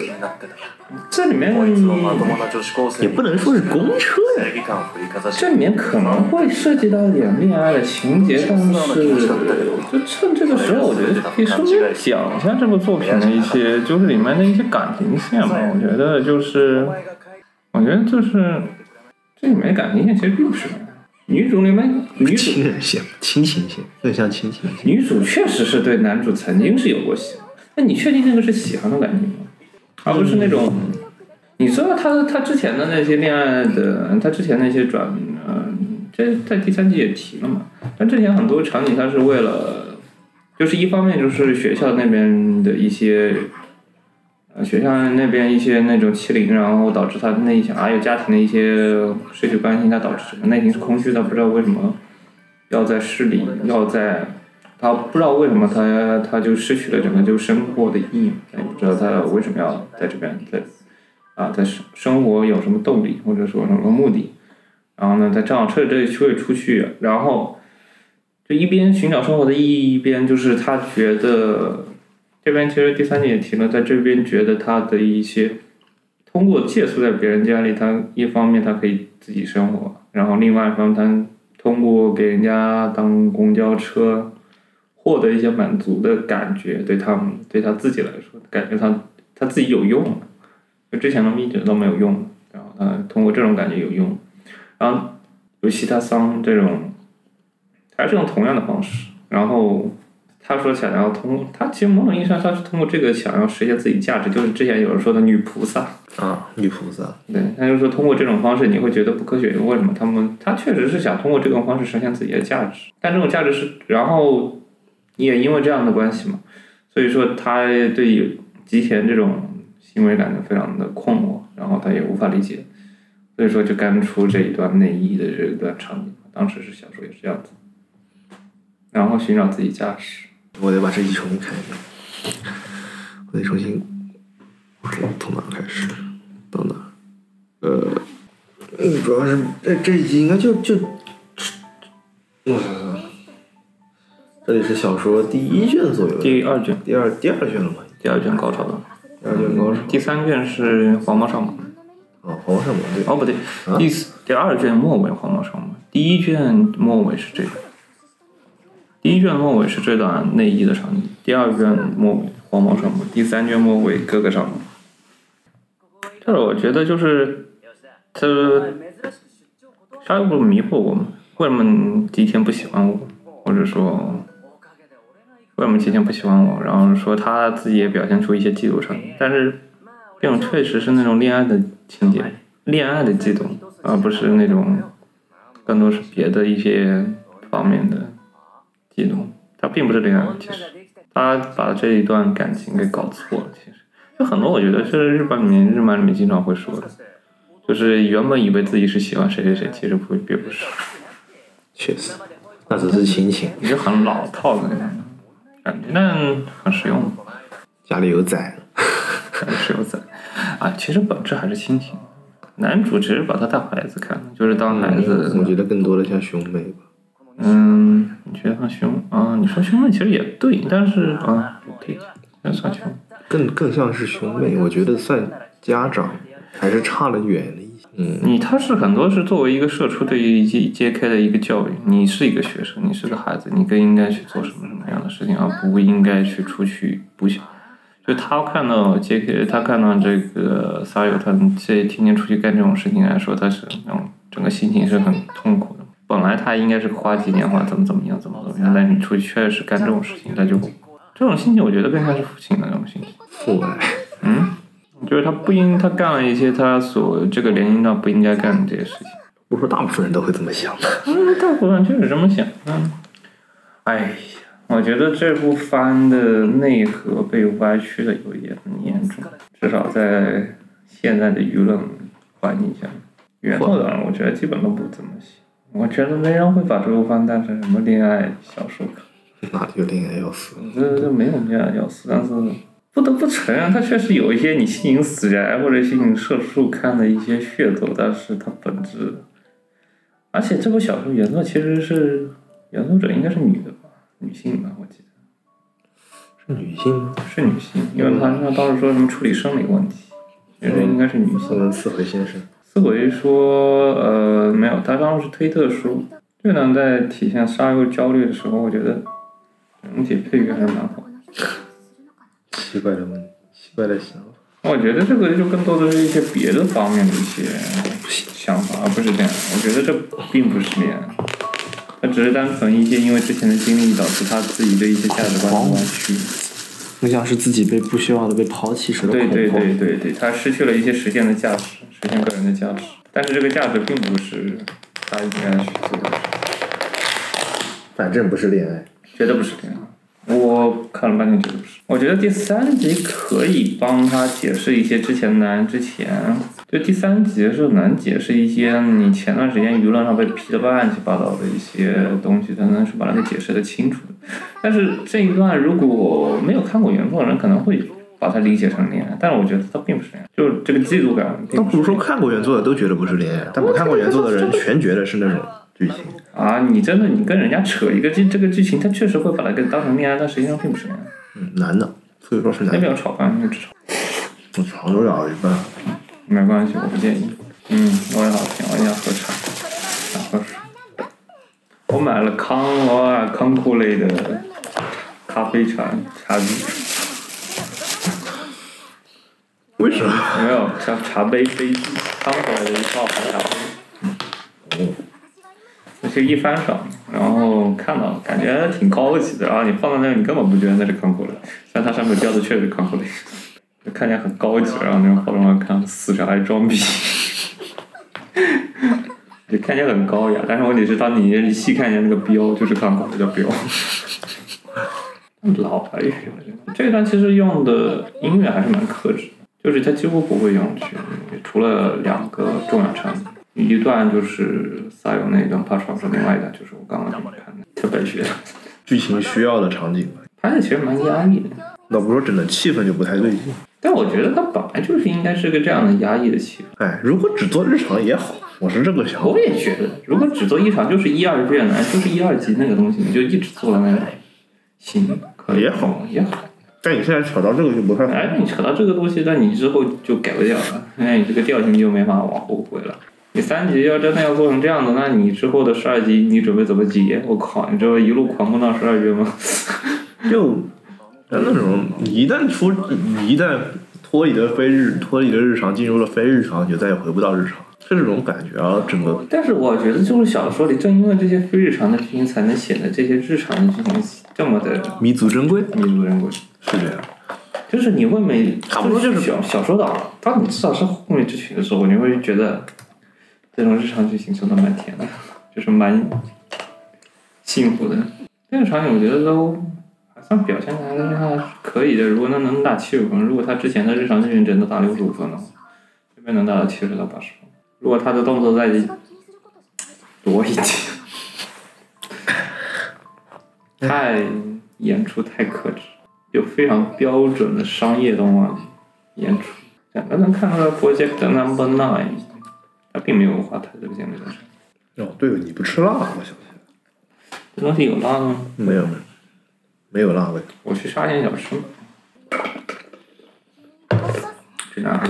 这里面
こいつをまともな女子高生
也不能说是公车呀，
正義感を振りかざし
这里面可能会涉及到一点恋爱的情节，但是就趁这个时候，我觉得可以稍微讲一下这部作品的一些，就是里面的一些感情线吧。我觉得就是，我觉得就是这里面的感情线其实并不是恋爱女主里面女主
亲人线、亲情线更像亲情线。
女主确实是对男主曾经是有过喜欢，那你确定那个是喜欢的感情吗？而不是那种，你知道他他之前的那些恋爱的，他之前那些转，呃，这在第三季也提了嘛。但之前很多场景他是为了，就是一方面就是学校那边的一些。呃，学校那边一些那种欺凌，然后导致他内向，还有家庭的一些失去关心，他导致整个内心是空虚的，不知道为什么要在市里，要在他不知道为什么他他就失去了整个就生活的意义，他也不知道他为什么要在这边在啊在生生活有什么动力或者说什么目的，然后呢，他正好趁着这个机会出去，然后就一边寻找生活的意义，一边就是他觉得这边其实第三点也提了，在这边觉得他的一些通过借宿在别人家里，他一方面他可以自己生活，然后另外一方面他通过给人家当公交车获得一些满足的感觉，对他们对他自己来说，感觉他他自己有用了，就之前他们一直都没有用，然后他通过这种感觉有用，然后尤其他桑这种，还是用同样的方式，然后。他说想要通过，他其实某种意义上他是通过这个想要实现自己价值，就是之前有人说的女菩萨，
啊，女菩萨，
对，他就说通过这种方式你会觉得不科学，为什么？他们他确实是想通过这种方式实现自己的价值，但这种价值是，然后也因为这样的关系嘛，所以说他对吉田这种行为感到非常的困惑，然后他也无法理解，所以说就干出这一段内衣的这一段场景，当时是小说也是这样子，然后寻找自己价值。
我得把这集重新看一遍，我得重新呃嗯，主要是这这一集应该就就，嗯，这里是小说第一卷左右，
第二卷，
第二第二卷了吧？
第二卷高潮了，
第二卷高潮。
第三卷是黄毛上马。
哦，黄上马对。
哦，不对，
啊
第四第二卷末尾黄毛上马，第一卷末尾是这个。第一卷末尾是这段内衣的场景，第二卷末尾黄毛上马，第三卷末尾哥哥上马。但是我觉得就是，他下一步迷惑我们，为什么吉田不喜欢我，或者说为什么吉田不喜欢我，然后说他自己也表现出一些嫉妒上，但是这种确实是那种恋爱的情节，恋爱的悸动，而不是那种更多是别的一些方面的悸动。它并不是恋爱，其实他把这一段感情给搞错了。其实就很多，我觉得是日本里面日漫里面经常会说的，就是原本以为自己是喜欢谁谁谁，其实不并不是，
确实，那只是亲情。
也就很老套的那种感觉，但很实用。
家里有崽，
还是有在啊，其实本质还是亲情。男主只是把他当孩子看，嗯就是当孩子。
嗯我觉得更多的像兄妹吧。
嗯，你觉得他凶啊？你说兄妹其实也对，但是啊，也对，那算凶。
更更像是兄妹，我觉得算家长还是差得远了一些。嗯，
你他是很多是作为一个社畜对于 J J K 的一个教育，你是一个学生，你是个孩子，你更应该去做什么什么样的事情，而不应该去出去不想。就他看到 J K，他看到这个撒友，他这天天出去干这种事情来说，他是那种整个心情是很痛苦的。本来他应该是花几年花怎么怎么样怎么怎么样，但你出去确实干这种事情，他就这种心情，我觉得更像是父亲的那种心情。
父爱，
嗯，就是他不应他干了一些他所这个年龄段不应该干的这些事情。
不说大部分人都会这么想 吧。
嗯，大部分就是这么想。嗯，哎呀，我觉得这部番的内核被歪曲的有一点很严重，至少在现在的舆论环境下，原作党我觉得基本都不怎么写。我觉得没人会把这部番当成什么恋爱小说看。
哪里有恋爱要死？
这这没有这样要死，但是不得不承认，它确实有一些你吸引死宅或者吸引社畜看的一些噱头，但是它本质，而且这部小说原作其实是原作者应该是女的吧，女性吧，我记得
是女性吗？
是女性，因为他他当时说什么处理生理问题，其实应该是女
我
性。
们四回先生。
四鬼说，呃，没有，他当时推特说，这能在体现沙幼焦虑的时候，我觉得整体配乐还是蛮好的。
奇怪的问题，奇怪的想法。
我觉得这个就更多的是一些别的方面的一些想法，而不是恋爱。我觉得这并不是恋爱，他只是单纯一些因为之前的经历导致他自己的一些价值观的歪曲。
更像是自己被不需要的、被抛弃时的恐
对
慌。
对对对对，他失去了一些实践的价值，实现个人的价值，但是这个价值并不是他应该去做的事，
反正不是恋爱。
绝对不是恋爱。我看了半天，觉得不是。我觉得第三集可以帮他解释一些之前难，之前就第三集是能解释一些你前段时间舆论上被批的乱七八糟的一些东西，他能是把它给解释的清楚的。但是这一段如果没有看过原作的人，可能会把它理解成恋爱，但是我觉得它并不是恋爱，就是这个嫉妒感并
倒
不是
不如说看过原作的都觉得不是恋爱，但不看过原作的人全觉得是那种剧情。
啊，你真的你跟人家扯一个这这个剧情，他确实会把它给当成恋爱，但实际上并不是恋爱。
嗯，男的，所以说是
那
男
不
的。
要吵翻，就吵。
我操，有点儿吧。
没关系，我不介意。嗯，我也好甜，我也想喝茶，想喝水。我买了康罗尔康库类的咖啡茶茶具，
为什么？
没有茶茶杯杯具，康过来的一套红茶杯。我就一翻手，然后看到感觉挺高级的，然后你放在那儿，你根本不觉得那是康库类，但它上面标的确实是康库类，就看起来很高级。然后那个化妆师看死宅装逼。就看起来很高雅，但是问题是，当你细看一下那个标，就是看好的叫标。老白人，这一段其实用的音乐还是蛮克制的，就是他几乎不会用去，除了两个重要场景，一段就是撒友那一段怕床是另外一段就是我刚刚给你看的特别学，
剧情需要的场景吧。
拍的其实蛮压抑的，
倒不如说整个气氛就不太对劲。
但我觉得它本来就是应该是个这样的压抑的气氛。
哎，如果只做日常也好，我是这个想法
我。也觉得，如果只做一场，就是一二越南，就是一二级那个东西，你就一直做到那里，行，可以
也好
也好。
但你现在扯到这个就不太好。
哎，你扯到这个东西，那你之后就改不掉了，那你这个调性就没法往后回了。你三级要真的要做成这样子，那你之后的十二级你准备怎么解？我靠，你这一路狂攻到十二级吗？
就那种一旦出，一旦脱离了非日，脱离了日常，进入了非日常，就再也回不到日常，是这种感觉啊，整个
但是我觉得，就是小说里正因为这些非日常的事情，才能显得这些日常的事情这么的
弥足珍贵，
弥足珍贵。
是这样。
就是你会每
差不多就是
小小说党，当你知道是后面剧情的时候，你会觉得这种日常剧情真的蛮甜的，就是蛮幸福的。这个场景我觉得都还算表现的还还可以的。如果能能打七十分，如果他之前的日常剧情只能打六十五分的话，这边能打到七十到八十分。如果他的动作再多一点，太演出太克制，有非常标准的商业动画演出。两个能看出来，Project Number Nine，他并没有花太多的精力在上面。
哦，对，你不吃辣，我想起来
这东西有辣吗？
了，没有没有，没有辣味。
我去沙县小吃，去哪儿？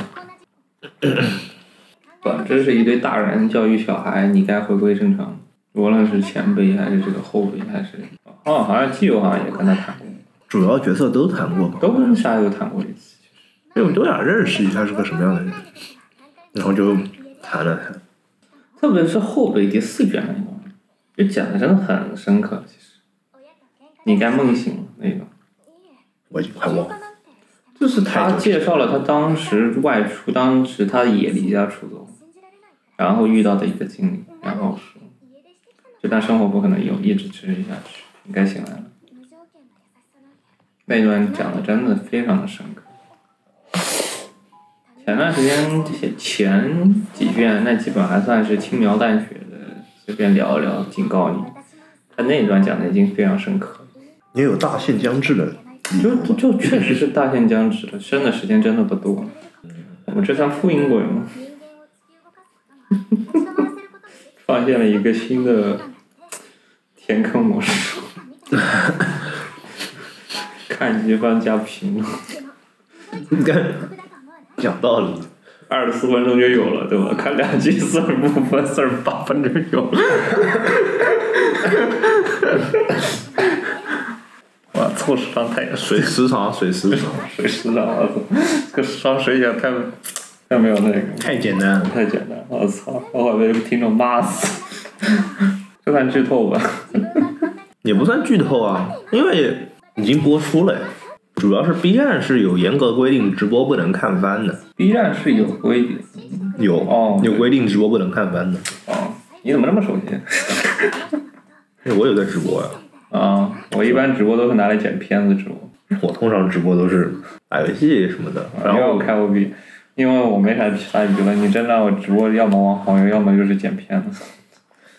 不，这是一对大人教育小孩，你该回归正常。无论是前辈还是这个后辈，还是哦，好像基友好像也跟他谈过，
主要角色都谈过嘛，
都跟沙友谈过一次。
就都想认识一下是个什么样的人，然后就谈了谈。
特别是后北第四卷那一段，就讲的真的很深刻。其实你该梦醒了那个，
我已经快忘了，
就是他介绍了他当时外出，当时他也离家出走，然后遇到的一个经历，然后说这段生活不可能有一直持续下去，你该醒来了。那一段讲的真的非常的深刻。前段时间前前几卷那基本还算是轻描淡写的，随便聊一聊，警告你。但那一段讲的已经非常深刻了，
也有大限将至的
就就就确实是大限将至了，剩的时间真的不多了。我们这算复印鬼吗？发现了一个新的填坑模式， 看一般加评论，
应该讲道理。
二十四分钟就有了，对吧？看两集四十五分、四十八分就有了。 哇，凑时长太水
水时长，水时长，
水时长，我操！这个时长水奖太太没有那个，
太简单了。
太简单了，我操！我会被听众骂死。 这算剧透吧？
也不算剧透啊，因为已经播出了呀。主要是 B 站是有严格规定，直播不能看番的，
B 站是有规定
有、
哦
有规定直播不能看番的。
啊？你怎么这么熟悉？
因为我有在直播呀、
啊，我一般直播都是拿来剪片子直播。
我通常直播都是打游戏什么的，然
然后
后
我开 OB，因为我没啥其他娱乐，你真让我直播，要么玩黄油，要么就是剪片子。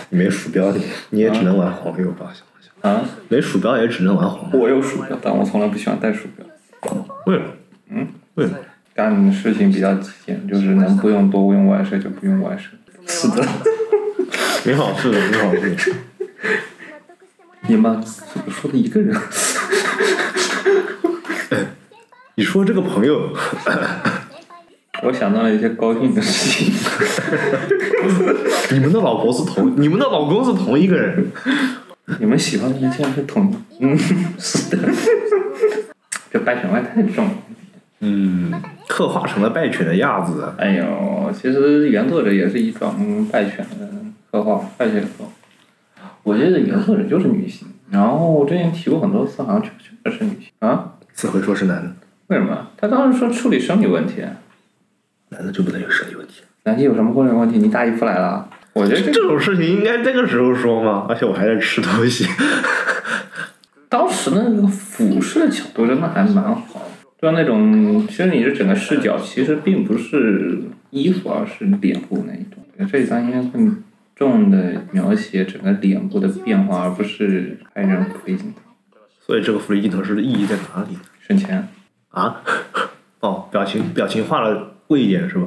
你没鼠标，你你也只能玩黄油吧？想想
啊，
没鼠标也只能玩黄油，
我有鼠标，但我从来不喜欢带鼠标。
为了嗯为了
干的事情比较极限，就是能不用多用外设就不用外设。是的，
你好是的，你好是的，
你妈怎么说的一个人？
你说这个朋友
我想到了一些高兴的事情。
你们的老婆是同，你们的老公是同一个人，
你们喜欢的人竟然是统一，嗯， 是的，这掰扯歪太重了。
嗯，刻画成了败犬的样子。啊
哎呦，其实原作者也是一种败犬的刻画，败犬风。我觉得原作者就是女性，然后我之前提过很多次，好像确确实是女性啊？
这回说是男的，
为什么？他当时说处理生理问题，
男的就不能有生理问题。
男性有什么婚恋问题？你大姨夫来了，我觉得这
这种事情应该那个时候说吗？而且我还在吃东西，
当时的那个俯视的角度真的还蛮好，就那种其实你的整个视角其实并不是衣服，而是脸部那一种。这一段应该更重的描写整个脸部的变化，而不是拍人种推镜头
所以这个福利镜头是意义在哪里
省钱。
啊？哦，表情表情化了贵一点是吧？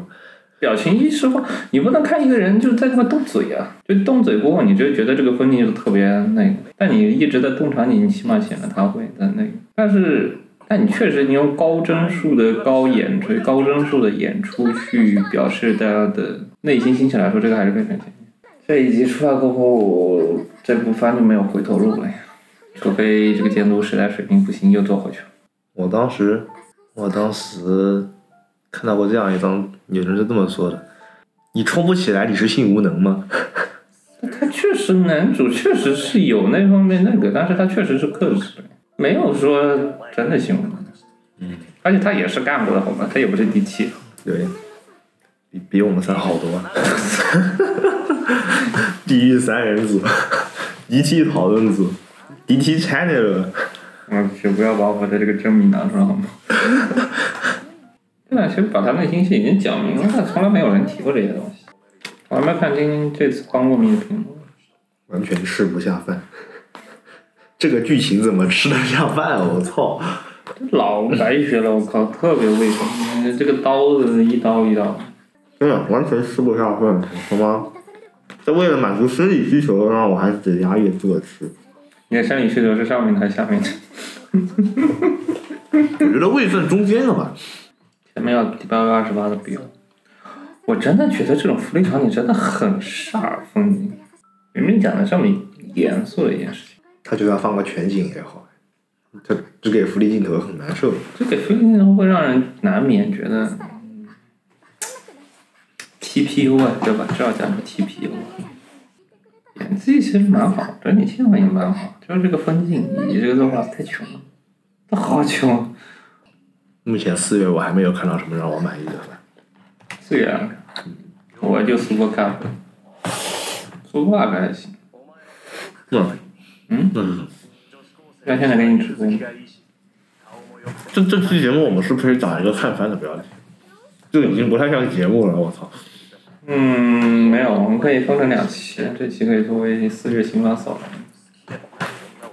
表情一说话，你不能看一个人就在那块动嘴啊，就动嘴过后，你就觉得这个婚姻就特别那个。但你一直在洞察你，你起码显得他会的那个。但是，但你确实你用高帧数的高演出、高帧数的演出去表示大家的内心心情来说，这个还是非常强。这一集出来过后，这部番就没有回头路了呀，除非这个监督实在水平不行又做回去了。
我当时，我当时看到过这样一张，有人是这么说的：“你冲不起来，你是性无能吗
他确实男主确实是有那方面那个，但是他确实是克制，没有说真的行为。
嗯，
而且他也是干过的，好吗？他也不是第七。？”
对，比比我们三好多。 地狱三人组， 敌机讨论组，敌机 channel，
嗯，请不要把我的这个真名拿出来好吗？ 这两期把他内心戏已经讲明了，但从来没有人提过这些东西。我还没看清这次光过迷的评论。
完全吃不下饭。 这个剧情怎么吃得下饭啊？ 我操！
老白学了，我靠，特别卫生。这个刀子一刀一刀，
真的完全吃不下饭，我他妈！这为了满足生理需求，让我还是得压抑这个吃。
你的生理需求是上面的还是下面的？
我觉得位份中间的吧，
前面要第八个二十八的比我真的觉得这种福利场景真的很煞风景，明明讲的这么严肃的一件事情，
他就算放个全景也好，他只给福利镜头很难受。
这给福利镜头会让人难免觉得嗯 TPU 啊，对吧？至少讲个 TPU 啊。演技其实蛮好，整体气氛也蛮好，就是这个分镜，你这个动画太穷了，都好穷啊。
目前四月我还没有看到什么让我满意的饭。
是呀，我就输过咖啡，输过咖啡还行。
嗯
嗯
嗯，
那现在给你指攻，
这这期节目我们是不是找一个看番的标题？就已经不太像节目了，我操！
嗯，没有，我们可以分成两期，这期可以作为四月新番扫描。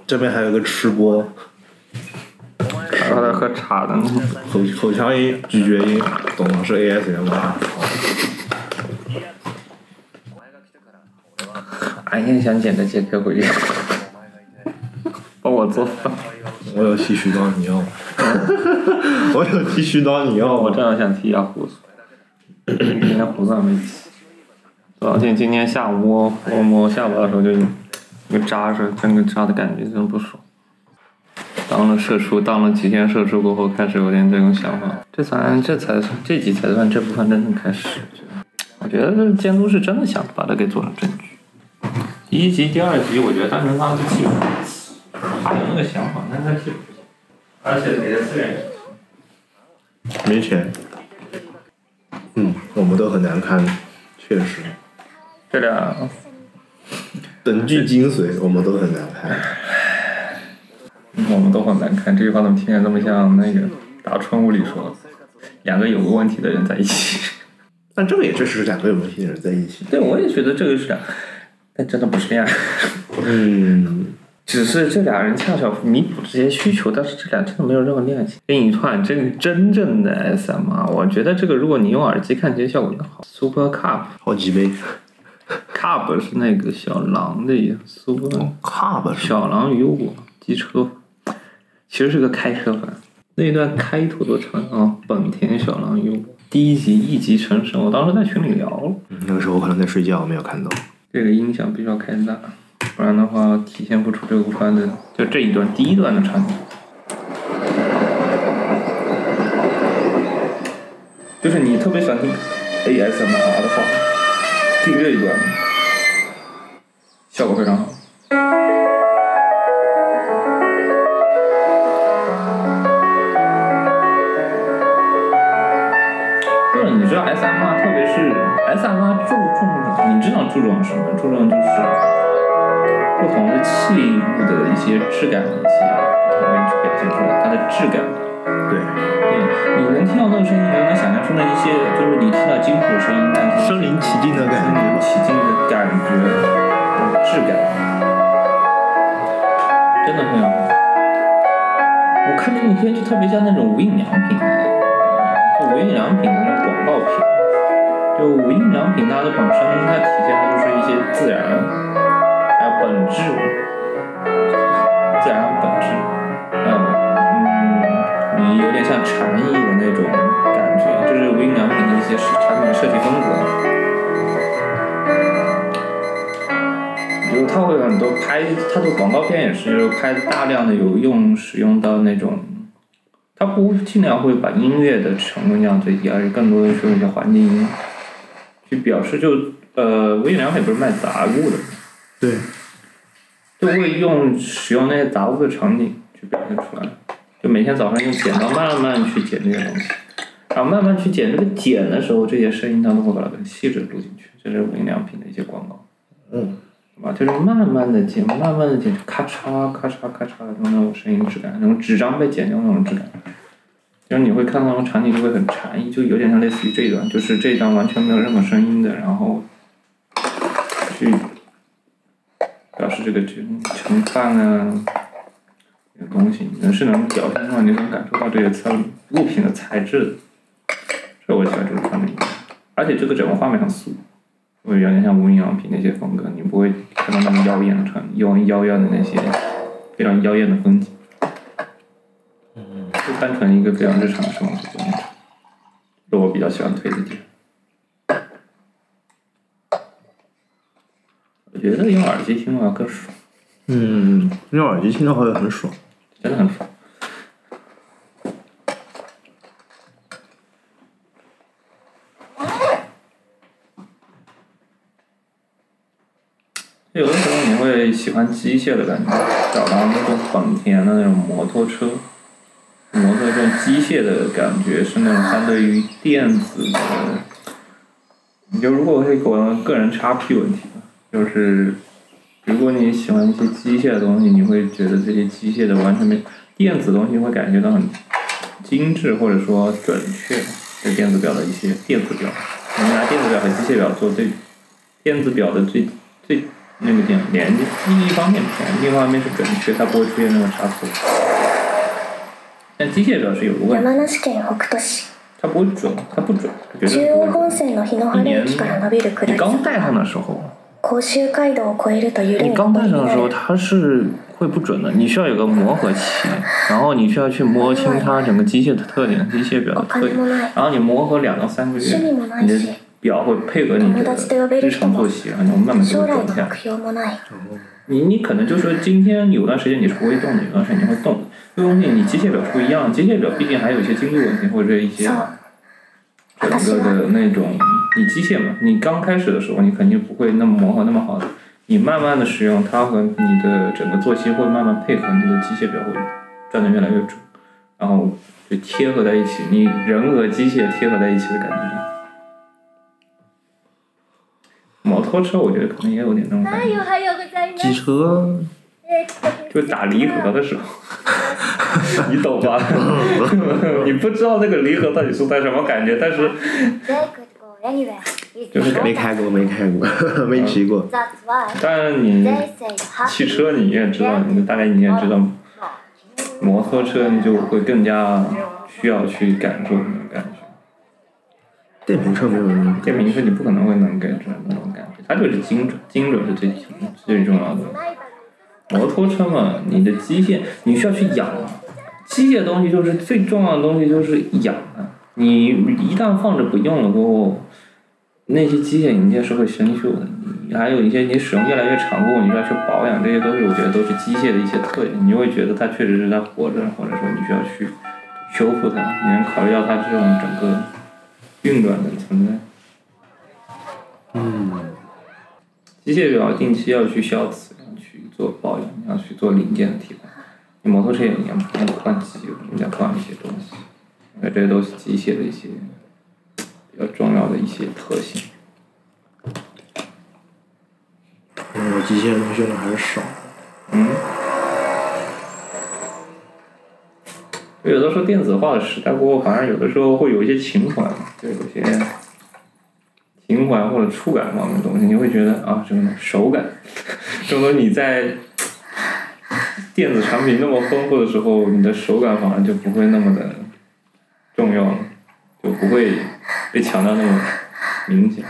这边还有个吃播，
他在喝茶呢。
口口腔音、咀嚼音，懂了是 ASMR。
俺也想捡着杰克回去。
帮我做饭，
我有剃须刀，你要吗？ 我有剃须刀，你要
我
吗？
正好想剃一下胡子，今天胡子还没剃。主要今今天下午摸我摸下巴的时候就那个扎着，整个扎的感觉真不爽。当了社畜，当了几天社畜过后，开始有点这种想法。这咱这才算这集才算这部分真正开始。我觉得这监督是真的想把它给做成正剧。第一集、第二集，我觉得单纯他的气氛，他有那个想法，但他气不行，而且给的资源也不行
没钱。嗯，我们都很难堪，确实。
这俩
本剧精髓，我们都很难堪。
我们都很难看，这句话怎么听起来这么像那个打春物里说，两个有过问题的人在一起。
但这个也确实是两个有问题的人在一起。
对，我也觉得这个是俩，但真的不是恋爱，
嗯，
只是这俩人恰巧弥补这些需求，但是这俩真的没有任何恋爱情。另一段真真正的 SM r 我觉得这个如果你用耳机看，其实效果更好。Super Cup
好几杯。
Cub 是那个小狼的意思，Super、
Cup 是吧？
小狼与我机车，其实是个开车版。那一段开头的长
嗯
啊，本田小狼与我第一集一集成神，我当时在群里聊了。
嗯那个时候我可能在睡觉，我没有看到。
这个音响必须要开大，不然的话体现不出这个番的就这一段第一段的场景。就是你特别喜欢听 ASMR 的话，听这一段，效果非常好。就是你知道 S M R，特别是 S M R 注重，你知道注重什么？注重就是不同的器物的一些质感以及不同的表现出来它的质感。
对，
对，你能听到那个声音，你能想象出那一些，就是你听到金属的声音，但是
身临其境的感觉吧。
起劲的感觉、质感，真的很好。我看这影片就特别像那种无印良品，就无印良品的那种广告片，就无印良品它的本身它体现的就是一些自然，还有本质，自然本质，还有嗯，你有点像禅意的那种感觉，就是无印良品的一些产品设计风格。比如它会有很多拍，它的广告片也是拍大量的有用使用到那种，它不尽量会把音乐的成分降最低，而是更多的是用一些环境音去表示就。呃，无印良品不是卖杂物的吗，
对，
就会用使用那些杂物的场景去表现出来。就每天早上用剪刀慢慢去剪这些东西，然后慢慢去剪。这个剪的时候，这些声音它都会把它很细致的录进去。这是无印良品的一些广告，
嗯，
对吧？就是慢慢的剪，慢慢的剪，咔嚓咔嚓咔嚓的那种声音质感，那种纸张被剪掉那种质感。就是你会看到那种场景就会很禅意，就有点像类似于这一段，就是这一段完全没有任何声音的，然后去表示这个盛盛饭啊，这个东西，你是能表现出来，你能感受到这个餐物品的材质的。所以我喜欢这种场景，而且这个整个画面很素，我有点像无印良品那些风格，你不会看到那么妖艳的场，妖妖艳的那些非常妖艳的风景。就单纯一个非常日常的生活所见，是我比较喜欢推的点。我觉得用耳机听的话更爽，
嗯，用耳机听的话会很爽。
真的很爽。有的时候你会喜欢机械的感觉，找到那种本田的那种摩托车，摩托这种机械的感觉是那种相对于电子的。你就如果是我个人叉 P 问题吧，就是如果你喜欢一些机械的东西，你会觉得这些机械的完全没电子的东西会感觉到很精致或者说准确。对电子表的一些电子表，我们拿电子表和机械表做对比，电子表的最最那个点连接，一方面便宜，另一方面是准确，它不会出现那种差错。但机械表是有个问题，
山梨県北杜市
它不会准，它不准，它绝
中
对不
央
会准。
本線の日の原駅から伸びる下
你
り坂
刚戴上的时候，
甲州街道を越えると緩
你
い
刚
上
戴
り
上的
にな
时候
る
它是会不准的，你需要有个磨合期，然后你需要去摸清它整个机械的特点、机械表
お
的
哦
特
金
点
も。ない
然后你磨合两到三个月
趣味も，ない
你
し
的表会配合你的日常作息，然后你慢慢就
将
会
来
转
の
向
目。標もない
你你可能就说今天有段时间你是不会动的，有段时间你会动。这个东西你机械表是不一样，机械表毕竟还有一些精度问题或者一些
そう
整个的那种你机械嘛，你刚开始的时候你肯定不会那么磨合那么好的，你慢慢的使用它和你的整个作息会慢慢配合，你的机械表会转的越来越准，然后就贴合在一起，你人和机械贴合在一起的感觉。摩托车我觉得可能也有点那种感觉，
还有个在
机车，
就是打离合的时候， 你懂吧？ 你不知道那个离合到底是在什么感觉，但是
就是
没开过，没开过， 没骑过。
当然你汽车你也知道，你大概你也知道，摩托车你就会更加需要去感受那种感觉。
电瓶车没有人，
电瓶车你不可能会能感受那种感觉，它就是精准，精准是最最重要的。摩托车嘛，你的机械你需要去养啊，机械的东西就是最重要的东西就是养啊。你一旦放着不用了过后，那些机械零件是会生锈的。你还有一些你使用越来越长过后，你就要去保养这些东西，我觉得都是机械的一些特点。你就会觉得它确实是在活着，或者说你需要去修复它，你能考虑到它这种整个运转的存在。机械表定期要去消磁，要去做保养，要去做零件的替换。你摩托车也一样，你要换机油，你要换一些东西，那这些都是机械的一些比较重要的一些特性。
嗯，我机械的东西用的还是少。
嗯，就有的时候电子化的时代过后，反而有的时候会有一些情怀，就有些情怀或者触感方面的东西，你会觉得啊，这种手感， 这种你在电子产品那么丰富的时候，你的手感反而就不会那么的重要了，就不会被强调那么明显。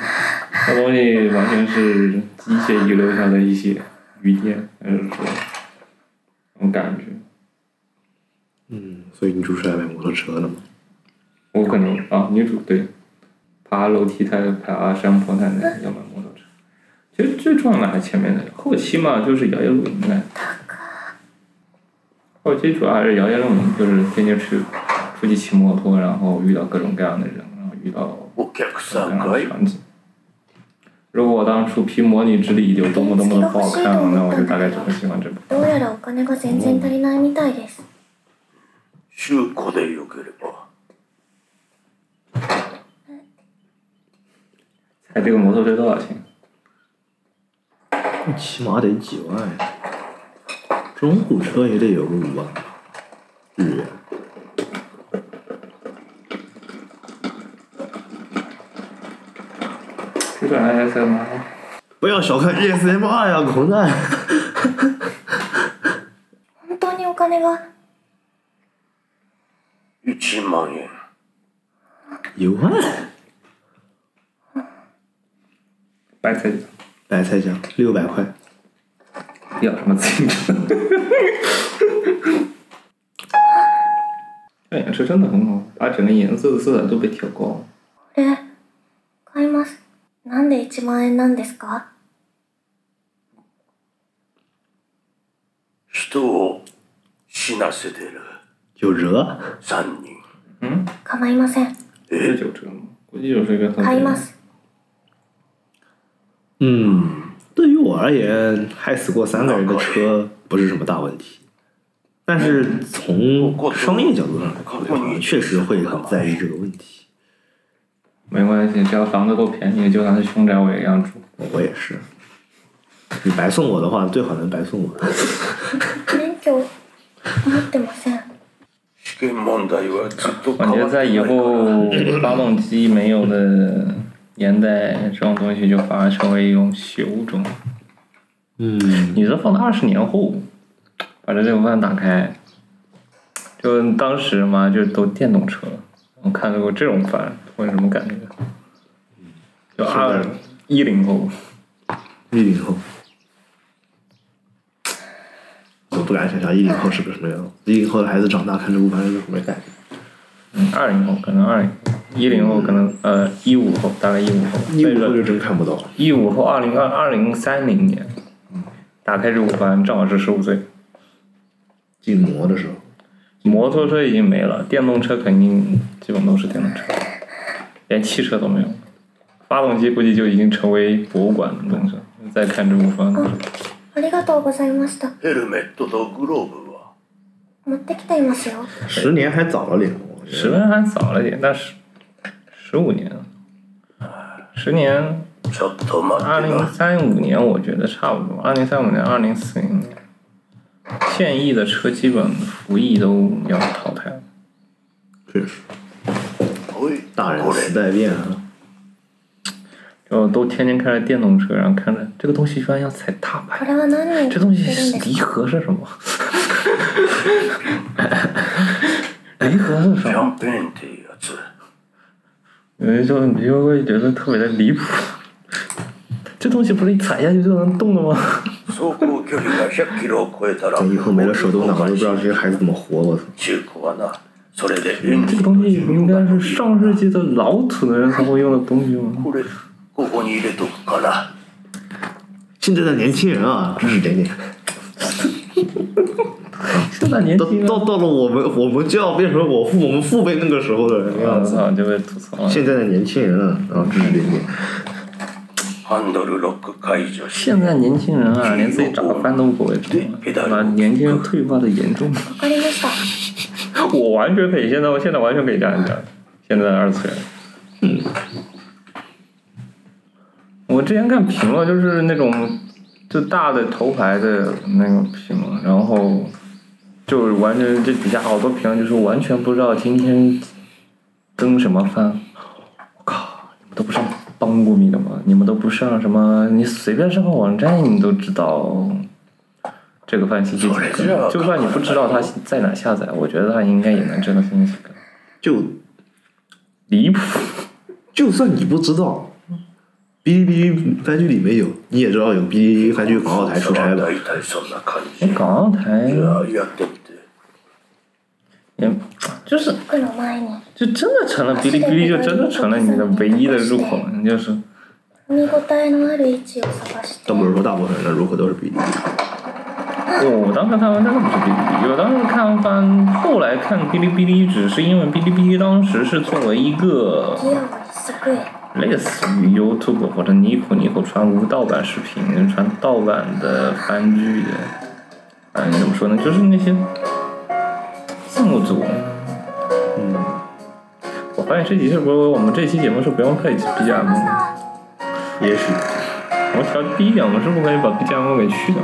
那东西完全是机械遗留下的一些余念，还是说，那种感觉。
嗯，所以女主是来买摩托车的吗？
我可能啊，女主对，爬楼梯她爬山坡她那要买摩托车。其实最重要的还前面的，后期嘛就是摇曳露营了。后期主要还是摇曳露营，就是天天去出去骑摩托，然后遇到各种各样的人，然后遇到
お客さ
各
ん
样
が
的
いる
场景。如果我当初凭模拟之力有多么多么的不好看，那我就大概只会喜欢这部。
どうやらお金が全然足りないみたいです。
中古でよければ
哎，这个摩托车多少钱？
起码得几万呀，中古车也得有个五万吧日元。
这个 ISM 吗？
不要小看 E ASMR 呀，狗蛋！
本当にお金が
1万円
一万？
白菜就
白菜酱六百块，
要什么自行车？哎这颜色真的很好，把整个颜色的色彩都被调高了。
これ買います。なんで1万円なんですか
人を死なせてる
九折。
3人
嗯，
構いません。
这是九折吗？估计就是一个很
買います。
嗯，对于我而言，害死过三个人的车不是什么大问题，但是从商业角度上来考虑的话，确实会很在意这个问题。
没关系，只要房子够便宜，就算是凶宅我也要住。
我也是，你白送我的话，最好能白送我。
免許を持ってません。
試験問題はずっと
我
変
觉得
わってな
在
い
以
から
后发动机没有的 年代，这种东西就反而成为一种朽种。
嗯，
你这放到二十年后，把这六万打开，就当时嘛，就都电动车，我看到过这种番，我有什么感觉？就二一零后，
一零后，我不敢想象一零后是个什么样。一零后的孩子长大看这部番是个什么感觉？
嗯，二零后可能二零，一零后可能呃一五后，大概一五后，
一零后就真看不到。
一五后二零二二零三零年，打开这五番正好是十五岁，
禁摩的时候，
摩托车已经没了，电动车肯定基本都是电动车，连汽车都没有。发动机估计就已经成为博物馆的东西了。再看这部分，
ありがとうございました。
ヘルメットとグローブは
持ってきていますよ。
十年还早了点。我觉得
十年还早了点，但是十五年，十年，
ちょっと待
二
って
零
な
三五年我觉得差不多，二零三五年、二零四零年，现役的车基本服役都要淘汰了。
确实，
おい
大人
こ
时
れ
代变啊。
就都天天开着电动车，然后看着这个东西居然要踩踏板，
これは何人
这东西
いる
是
んです
离合是什么？离合是
キ
什
ャ
么？
ンペーンっていうやつ
有人就你就会觉得特别的离谱。这东西不是一踩下去就能动的吗？
走行距離が100キロを超えたら
以后没了手 动挡，我就不知道这些孩子怎么活。我操！
中古はなそれでエン
这
ジン
个
と
东西
寿
应
命
该
が
是上世纪的老土的人才会用的东西吗？
これここに入れとくから
现在的年轻人啊，指指点点，
现在年
到
轻人，
到到了我们，我们就要变成我父我们父辈那个时候的人
我
样子。
啊操，就被吐槽了。
现在的年轻人啊，然后指指点点，
ハンドルロック解除して
现在年轻人啊，连自己找个班都不会找了，把年轻人退化的严重。
わかりました。
我完全可以，现在我现在完全可以这样讲，现在的二次元。嗯我之前看评论就是那种就大的头牌的那个评论，然后就是完全这底下好多评论就是完全不知道今天更什么番，我靠，你们都不上帮过米的吗？你们都不上什么？你随便上个网站你都知道。这个番信息几
我知道
更，就算你不知道它在哪下载，我觉得它应该也能知道信息几更。
就
离谱，
就算你不知道，哔哩哔哩番剧里没有，你也知道有哔哩哔哩番剧港澳台出差了
大。体そんな感
哎
じ。
港澳台
じゃあやってみて。
也就是
僕の前に
就真的成了哔哩哔哩，就真的成了你的唯一的入口，你就是哦
見応えのある位置を探して
倒不是说大部分人的入口都是哔哩哔哩，
我当时看完那个不是哔哩哔哩，我当时看翻后来看哔哩哔哩，只是因为哔哩哔哩当时是作为一个
ギアを一足へ
类似于 YouTube 或者 Nico Nico 传无盗版视频、传盗版的番剧的，嗯，怎么说呢？就是那些字幕组。
嗯，
我发现这集是不是我们这期节目是不用配 BGM 的？
也许
我调低一点，我们是不是可以把 BGM 给去掉？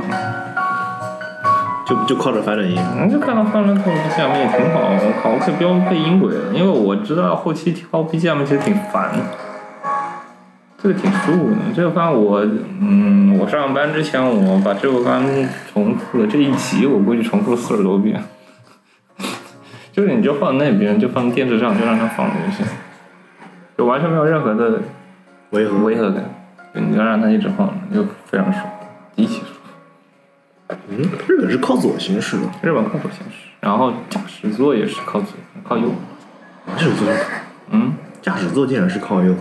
就就靠着反转音。
我就看到放了套 BGM 也挺好，我靠，我可以不用配音轨了，因为我知道后期挑 BGM 其实挺烦的，这个挺舒服的。这个番我，嗯，我上班之前我把这个番重复了这一集，我估计重复了四十多遍。就是你就放那边，就放电视上，就让它放就行，就完全没有任何的
违和
违和感，就你就让它一直放，就非常爽，极其爽。
嗯，日本是靠左行驶的，
日本靠左行驶，然后驾驶座也是靠左，靠右。
驾驶座
嗯，
驾驶座竟然是靠右。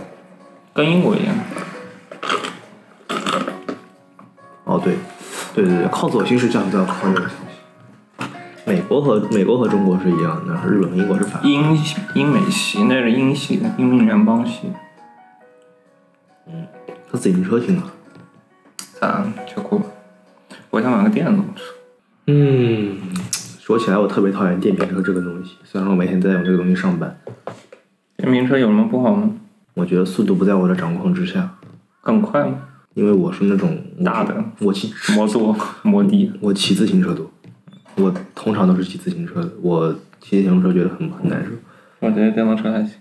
跟英国一样。
哦，对，对对对，靠左行驶驾驶座要靠右行驶。美国和美国和中国是一样的，但是日本和英国是反。
英英美系，那是英系，英美联邦系。
他自行车行了。
咋？缺裤吧。我想买个电动车。
嗯，说起来我特别讨厌电瓶车这个东西，虽然我每天在用这个东西上班，
电瓶车有什么不好吗？
我觉得速度不在我的掌控之下，
更快吗？
因为我是那种
大的，
我骑
摩托、摩的。
我骑自行车多，我通常都是骑自行车的，我骑电瓶车觉得很很难受。
我觉得电动车还行。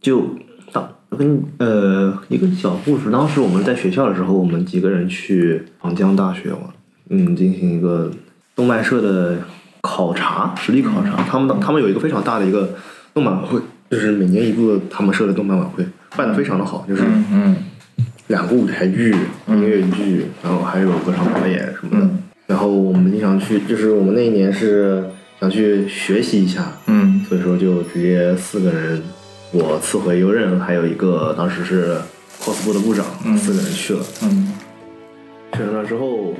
就当我跟你呃一个小故事，当时我们在学校的时候，我们几个人去长江大学玩，嗯，进行一个动漫社的考察，实地考察。他们当他们有一个非常大的一个动漫晚会，就是每年一度他们社的动漫晚会，办的非常的好，就是
嗯嗯。
两个舞台剧、音乐剧，然后还有歌唱表演什么的。
嗯
然后我们经常去，就是我们那一年是想去学习一下，
嗯
所以说就直接四个人，我次回右任，还有一个当时是 cos 部的部长，
嗯
四个人去了。
嗯
去了那之后，